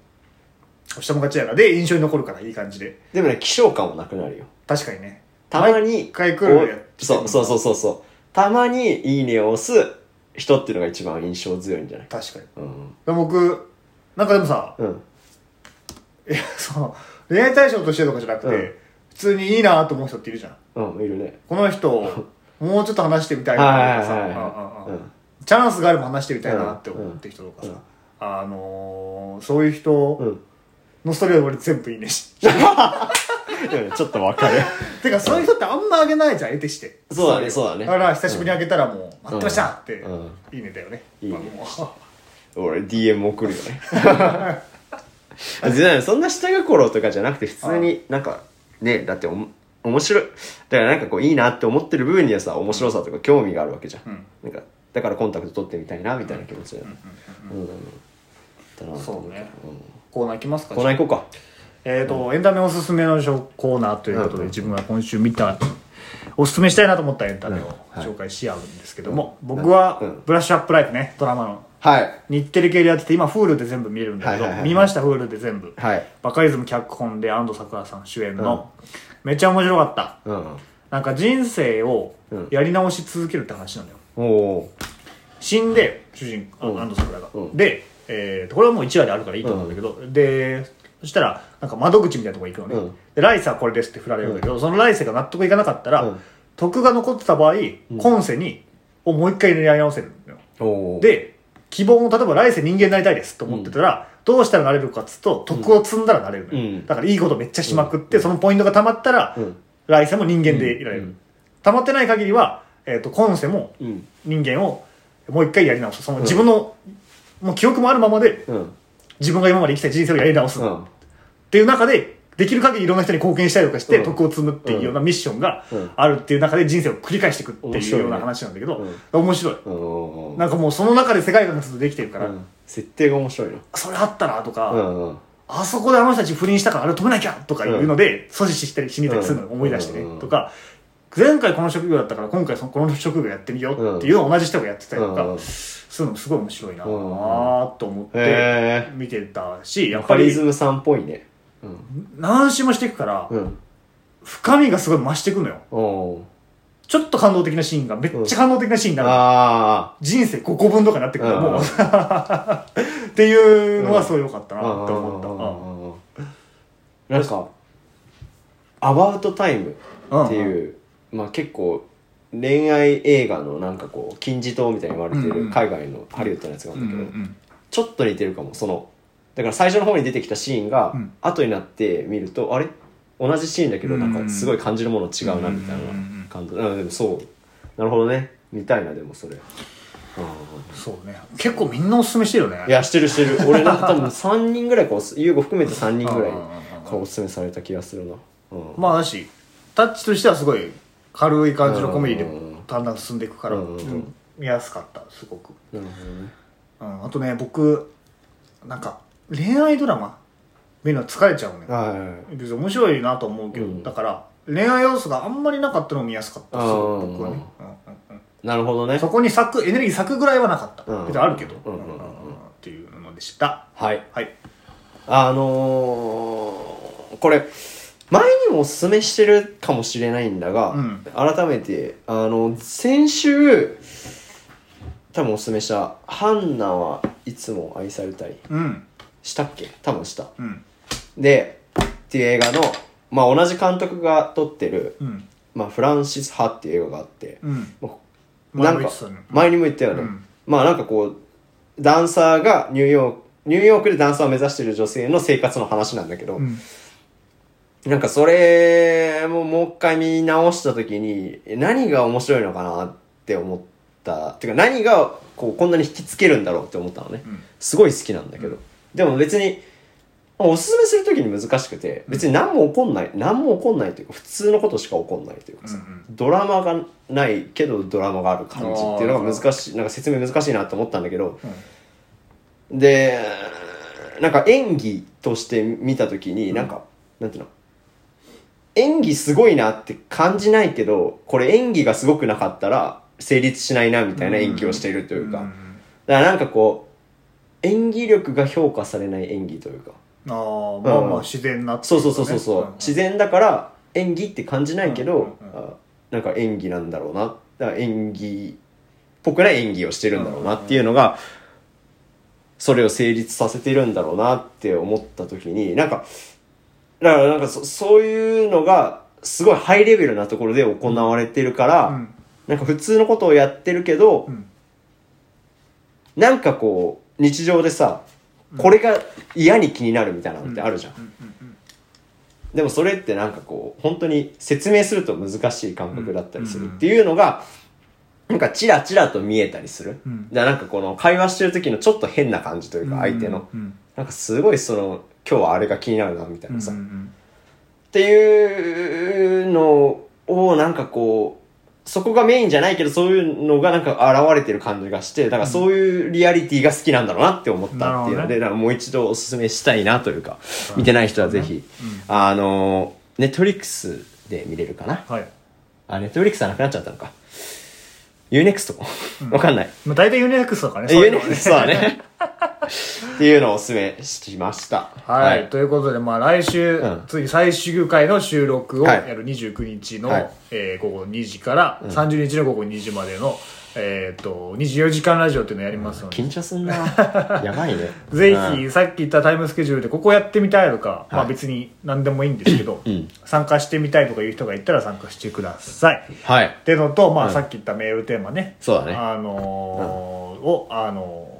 Speaker 2: 押したもん勝ちやからで印象に残るからいい感じで
Speaker 1: でもね希少感はなくなるよ
Speaker 2: 確かにね
Speaker 1: たまに
Speaker 2: 一回来るのやって
Speaker 1: そうそうそうそうそうたまに「いいね」を押す人っていうのが一番印象強いんじゃない
Speaker 2: 確かに
Speaker 1: うん
Speaker 2: で僕なんかでもさ
Speaker 1: うん
Speaker 2: いやその恋愛対象としてとかじゃなくて、
Speaker 1: うん
Speaker 2: 普通にいいなと思う人っているじゃん
Speaker 1: うんいるね
Speaker 2: こ の人もうちょっと話してみたい
Speaker 1: はい
Speaker 2: な
Speaker 1: はい
Speaker 2: とかさ
Speaker 1: はい
Speaker 2: うんうんうん
Speaker 1: は
Speaker 2: チャンスがあれば話してみたいなって思ってる人とかさ、
Speaker 1: うんうん
Speaker 2: あのー、そういう
Speaker 1: いうん
Speaker 2: 人
Speaker 1: うん
Speaker 2: のストーリーは俺 全部いいねし、
Speaker 1: でもねちょっとわかる
Speaker 2: てかそういう人ってあんまあげないじゃん得てして
Speaker 1: そうだねそうだね
Speaker 2: だから久しぶりにあげたらもう「待ってました!」って、
Speaker 1: うん
Speaker 2: いいねだよね
Speaker 1: いいね
Speaker 2: ま
Speaker 1: 俺 DM 送るよねあ全然そんな下心とかじゃなくて普通になんかねだっておも面白いだからなんかこういいなって思ってる部分にはさ面白さとか興味があるわけじゃん、
Speaker 2: ん
Speaker 1: なんかだからコンタクト取ってみたいなみたいな気持ちでうんだ な
Speaker 2: あ
Speaker 1: と
Speaker 2: そ
Speaker 1: 思
Speaker 2: う
Speaker 1: けど
Speaker 2: ね
Speaker 1: うん
Speaker 2: コーナーいきますか
Speaker 1: コーナー行こ
Speaker 2: えーとエンタメおすすめのコーナーということ
Speaker 1: うん
Speaker 2: で自分が今週見たおすすめしたいなと思ったエンタメを
Speaker 1: い
Speaker 2: 紹介し合うんですけども、
Speaker 1: うん
Speaker 2: 僕は
Speaker 1: うん
Speaker 2: 「ブラッシュアップライフね」ドラマの
Speaker 1: うかはい
Speaker 2: 日テレ系でやってて今 Hulu で全部見れるんだけど、
Speaker 1: はいはいはい
Speaker 2: 見ました Hulu で全部、
Speaker 1: はい
Speaker 2: バカリズム脚本で安藤サクラさん主演の、めっちゃ面白かった
Speaker 1: うん
Speaker 2: なんか人生を
Speaker 1: うん
Speaker 2: やり直し続けるって話なんだよ
Speaker 1: おお
Speaker 2: 死んで主人公、あ
Speaker 1: うん
Speaker 2: 安藤サクラが、
Speaker 1: うん
Speaker 2: で、えーとこれはもう1話であるからいいと思うんだけど、でそしたらなんか窓口みたいなとこ行くのね、
Speaker 1: うん
Speaker 2: で来世はこれですって振られるんだけど、その来世が納得いかなかったら、
Speaker 1: うん
Speaker 2: 徳が残ってた場合、今世に、をもう一回やり直せるのよ。
Speaker 1: おー、
Speaker 2: で、希望を、例えば来世人間になりたいですと思ってたら、どうしたらなれるかっつうと、徳を積んだらなれるのよ、
Speaker 1: うん
Speaker 2: だからいいことめっちゃしまくって、そのポイントが溜まったら、
Speaker 1: うん。
Speaker 2: 来世も人間でいられる。
Speaker 1: うん
Speaker 2: 溜まってない限りは、えっ、と、今世も
Speaker 1: うん。
Speaker 2: 人間をもう一回やり直す。その
Speaker 1: ん
Speaker 2: 自分の、もう記憶もあるままで、
Speaker 1: うん。
Speaker 2: 自分が今まで生きた人生をやり直す。っていう中で、できる限りいろんな人に貢献したりとかして、
Speaker 1: うん
Speaker 2: 徳を積むっていうようなミッションが
Speaker 1: うん
Speaker 2: あるっていう中で人生を繰り返していくって
Speaker 1: 面
Speaker 2: いう
Speaker 1: 白いね
Speaker 2: ような話なんだけど、面白い。
Speaker 1: うん。おー
Speaker 2: なんかもうその中で世界観がずっとできてるから、
Speaker 1: うん設定が面白いな。
Speaker 2: それあったなとか、
Speaker 1: うんうん。
Speaker 2: あそこであの人たち不倫したからあれを止めなきゃとかいうので、阻止したり死にたりするのを思い出してね、
Speaker 1: うん
Speaker 2: とか、前回この職業だったから今回そのこの職業やってみようっていうのを同じ人がやってたりとか、
Speaker 1: うん
Speaker 2: そういうのもすごい面白いなぁと思って
Speaker 1: へえ。
Speaker 2: 見てたし、
Speaker 1: や
Speaker 2: やっ
Speaker 1: っ
Speaker 2: ぱ
Speaker 1: ぱり。
Speaker 2: り
Speaker 1: リズムさんっぽいね。うん。
Speaker 2: 何周もしていくから、
Speaker 1: うん。
Speaker 2: 深みがすごい増していくのよ。
Speaker 1: おー。
Speaker 2: ちょっと感動的なシーンが、めっちゃ感動的なシーンになる。
Speaker 1: あ
Speaker 2: 人生5個分とかになってくるから、もう、
Speaker 1: うん
Speaker 2: っていうのはすごい良かった
Speaker 1: あ。
Speaker 2: なって思った。うん
Speaker 1: った。なんか、アバウトタイムっていう、まあ結構、恋愛映画のなんかこう、金字塔みたいに言われて
Speaker 2: うんう
Speaker 1: る
Speaker 2: ん
Speaker 1: 海外のハリウッドのやつがあ
Speaker 2: う
Speaker 1: る
Speaker 2: んうん
Speaker 1: だけど、
Speaker 2: ん
Speaker 1: ちょっと似てるかもそのだから最初の方に出てきたシーンが、
Speaker 2: うん
Speaker 1: 後になって見るとあれ同じシーンだけど
Speaker 2: うんう
Speaker 1: なんんかすごい感じるもの違うなみたいな
Speaker 2: うんうんうん
Speaker 1: 感じ、うんでもそうなるほどね見たいなでもそれ、うん
Speaker 2: そうね。結構みんなおすすめしてるよね。
Speaker 1: いやしてる してる俺なんか多分3人ぐらいこう優吾含めて3人ぐらい
Speaker 2: うんうん
Speaker 1: こうおすすめされた気がするな、うん
Speaker 2: まあだし、タッチとしてはすごい軽い感じのコメディ
Speaker 1: うんうん
Speaker 2: で
Speaker 1: うん
Speaker 2: だんだん進んでいくから、
Speaker 1: うんうんうん
Speaker 2: 見やすかった、すごく。
Speaker 1: なるほどね
Speaker 2: うん、あとね、僕、なんか、恋愛ドラマ見るの疲れちゃうね。
Speaker 1: はいはいはい
Speaker 2: 別に面白いなと思うけど、
Speaker 1: うん
Speaker 2: だから恋愛要素があんまりなかったのも見やすかったです
Speaker 1: あー
Speaker 2: 僕はね、うんうんうん
Speaker 1: なるほどね
Speaker 2: そこに咲くエネルギー咲くぐらいはなかった、
Speaker 1: うん
Speaker 2: 別にあるけど、
Speaker 1: うんうんうんうん
Speaker 2: っていうのでした
Speaker 1: はい
Speaker 2: はい
Speaker 1: あのーこれ、前にもおすすめしてるかもしれないんだが、
Speaker 2: うん
Speaker 1: 改めて、あの、先週、多分おすすめした、ハンナはいつも愛されたり、
Speaker 2: うん
Speaker 1: したっけ多分した。
Speaker 2: うん
Speaker 1: で、っていう映画の、まあ、同じ監督が撮ってる、
Speaker 2: うん
Speaker 1: まあ、フランシス・ハっていう映画があって、
Speaker 2: うん
Speaker 1: もう
Speaker 2: 前
Speaker 1: な
Speaker 2: も
Speaker 1: ん
Speaker 2: 言
Speaker 1: か
Speaker 2: ってたね
Speaker 1: 前にも言ったよね、
Speaker 2: うん
Speaker 1: まあなんかこうダンサーがニューヨークニューヨークでダンサーを目指している女性の生活の話なんだけど、
Speaker 2: うん
Speaker 1: なんかそれももう一回見直した時にえ何が面白いのかなって思ったていうか何がこうこんなに引きつけるんだろうって思ったのね、
Speaker 2: うん
Speaker 1: すごい好きなんだけど、でも別におすすめするときに難しくて別に何も起こんない何も起こんないというか普通のことしか起こんないというかさ、
Speaker 2: うん
Speaker 1: ドラマがないけどドラマがある感じっていうのが難しいなんか説明難しいなと思ったんだけどでなんか演技として見た時になんか、なんていうの演技すごいなって感じないけどこれ演技がすごくなかったら成立しないなみたいな演技をしているというか、
Speaker 2: ん
Speaker 1: だからなんかこう演技力が評価されない演技というか
Speaker 2: あーまあまあ自然なっていか
Speaker 1: そう
Speaker 2: ね
Speaker 1: そうそうそうそう、
Speaker 2: ん
Speaker 1: 自然だから演技って感じないけど、
Speaker 2: うんうんうん
Speaker 1: あなんか演技なんだろうなだから演技っぽくない演技をしてるんだろうなっていうのが、それを成立させてるんだろうなって思った時になんかだからなんかそそういうのがすごいハイレベルなところで行われてるから、
Speaker 2: うん
Speaker 1: なんか普通のことをやってるけど、
Speaker 2: うん
Speaker 1: なんかこう日常でさこれが嫌に気になるみたいなのってあるじゃん
Speaker 2: う、んうん
Speaker 1: でもそれってなんかこう、本当に説明すると難しい感覚だったりするっていうのが、なんかチラチラと見えたりする。
Speaker 2: うん
Speaker 1: だからなんかこの会話してる時のちょっと変な感じという
Speaker 2: うん
Speaker 1: か相手の、
Speaker 2: うん
Speaker 1: なんかすごいその、今日はあれが気になるなみたいなさ、
Speaker 2: う
Speaker 1: っ
Speaker 2: ん
Speaker 1: ていうのをなんかこう、そこがメインじゃないけどそういうのがなんか現れてる感じがして、だからそういうリアリティが好きなんだろうなって思ったっていうので、だからもう一度おすすめしたいなというか、見てない人はぜひ。
Speaker 2: うん
Speaker 1: あの、ネットフリックスで見れるかな。
Speaker 2: はい
Speaker 1: あ、ネットフリックスはなくなっちゃったのか。UNEXT? わかんない。
Speaker 2: まあ大体ユニックスとかね
Speaker 1: え
Speaker 2: そういうのはね
Speaker 1: UNEXT はね。っていうのをおすすめしました。
Speaker 2: はい、ということで、まあ、来週、
Speaker 1: うん
Speaker 2: ついに最終回の収録を
Speaker 1: はい
Speaker 2: やる29日の、
Speaker 1: はい
Speaker 2: えー午後2時から30日の午後2時までの、えっ、と、24時間ラジオっていうのやりますので、
Speaker 1: 緊張すんなやばい ね
Speaker 2: ぜひ、さっき言ったタイムスケジュールで、ここやってみたいとか、まあ別に何でもいいんです けど、
Speaker 1: うん
Speaker 2: 参加してみたいとかいう人がいたら参加してください。
Speaker 1: はい
Speaker 2: ってのと、まあ、
Speaker 1: うん
Speaker 2: さっき言ったメールテーマね。
Speaker 1: そうだね
Speaker 2: あのーを、あのー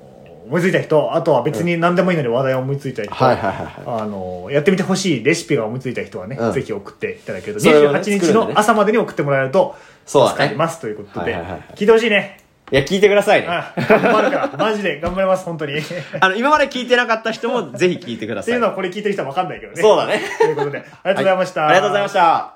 Speaker 2: 思いついた人、あとは別に何でもいいので話題を思いついた人、
Speaker 1: はいはいはいはい
Speaker 2: あのーやってみてほしいレシピが思いついた人はね、
Speaker 1: うん
Speaker 2: ぜひ送っていただけると、
Speaker 1: それをね
Speaker 2: 28日の朝までに送ってもらえると、
Speaker 1: そう
Speaker 2: 助
Speaker 1: だね
Speaker 2: かります、ということで、
Speaker 1: はいはいはい
Speaker 2: 聞いてほしいね。
Speaker 1: いや聞いてくださいね
Speaker 2: あ頑張るから、マジで頑張ります、本当に。っ
Speaker 1: あの今まで聞いてなかった人もぜひ聞いてくだ
Speaker 2: て
Speaker 1: さい
Speaker 2: いうのはこれ聞いてる人は分かんないけどね。
Speaker 1: そうだね
Speaker 2: ということで、ありがとうございまし
Speaker 1: あ
Speaker 2: た。
Speaker 1: りがとうございました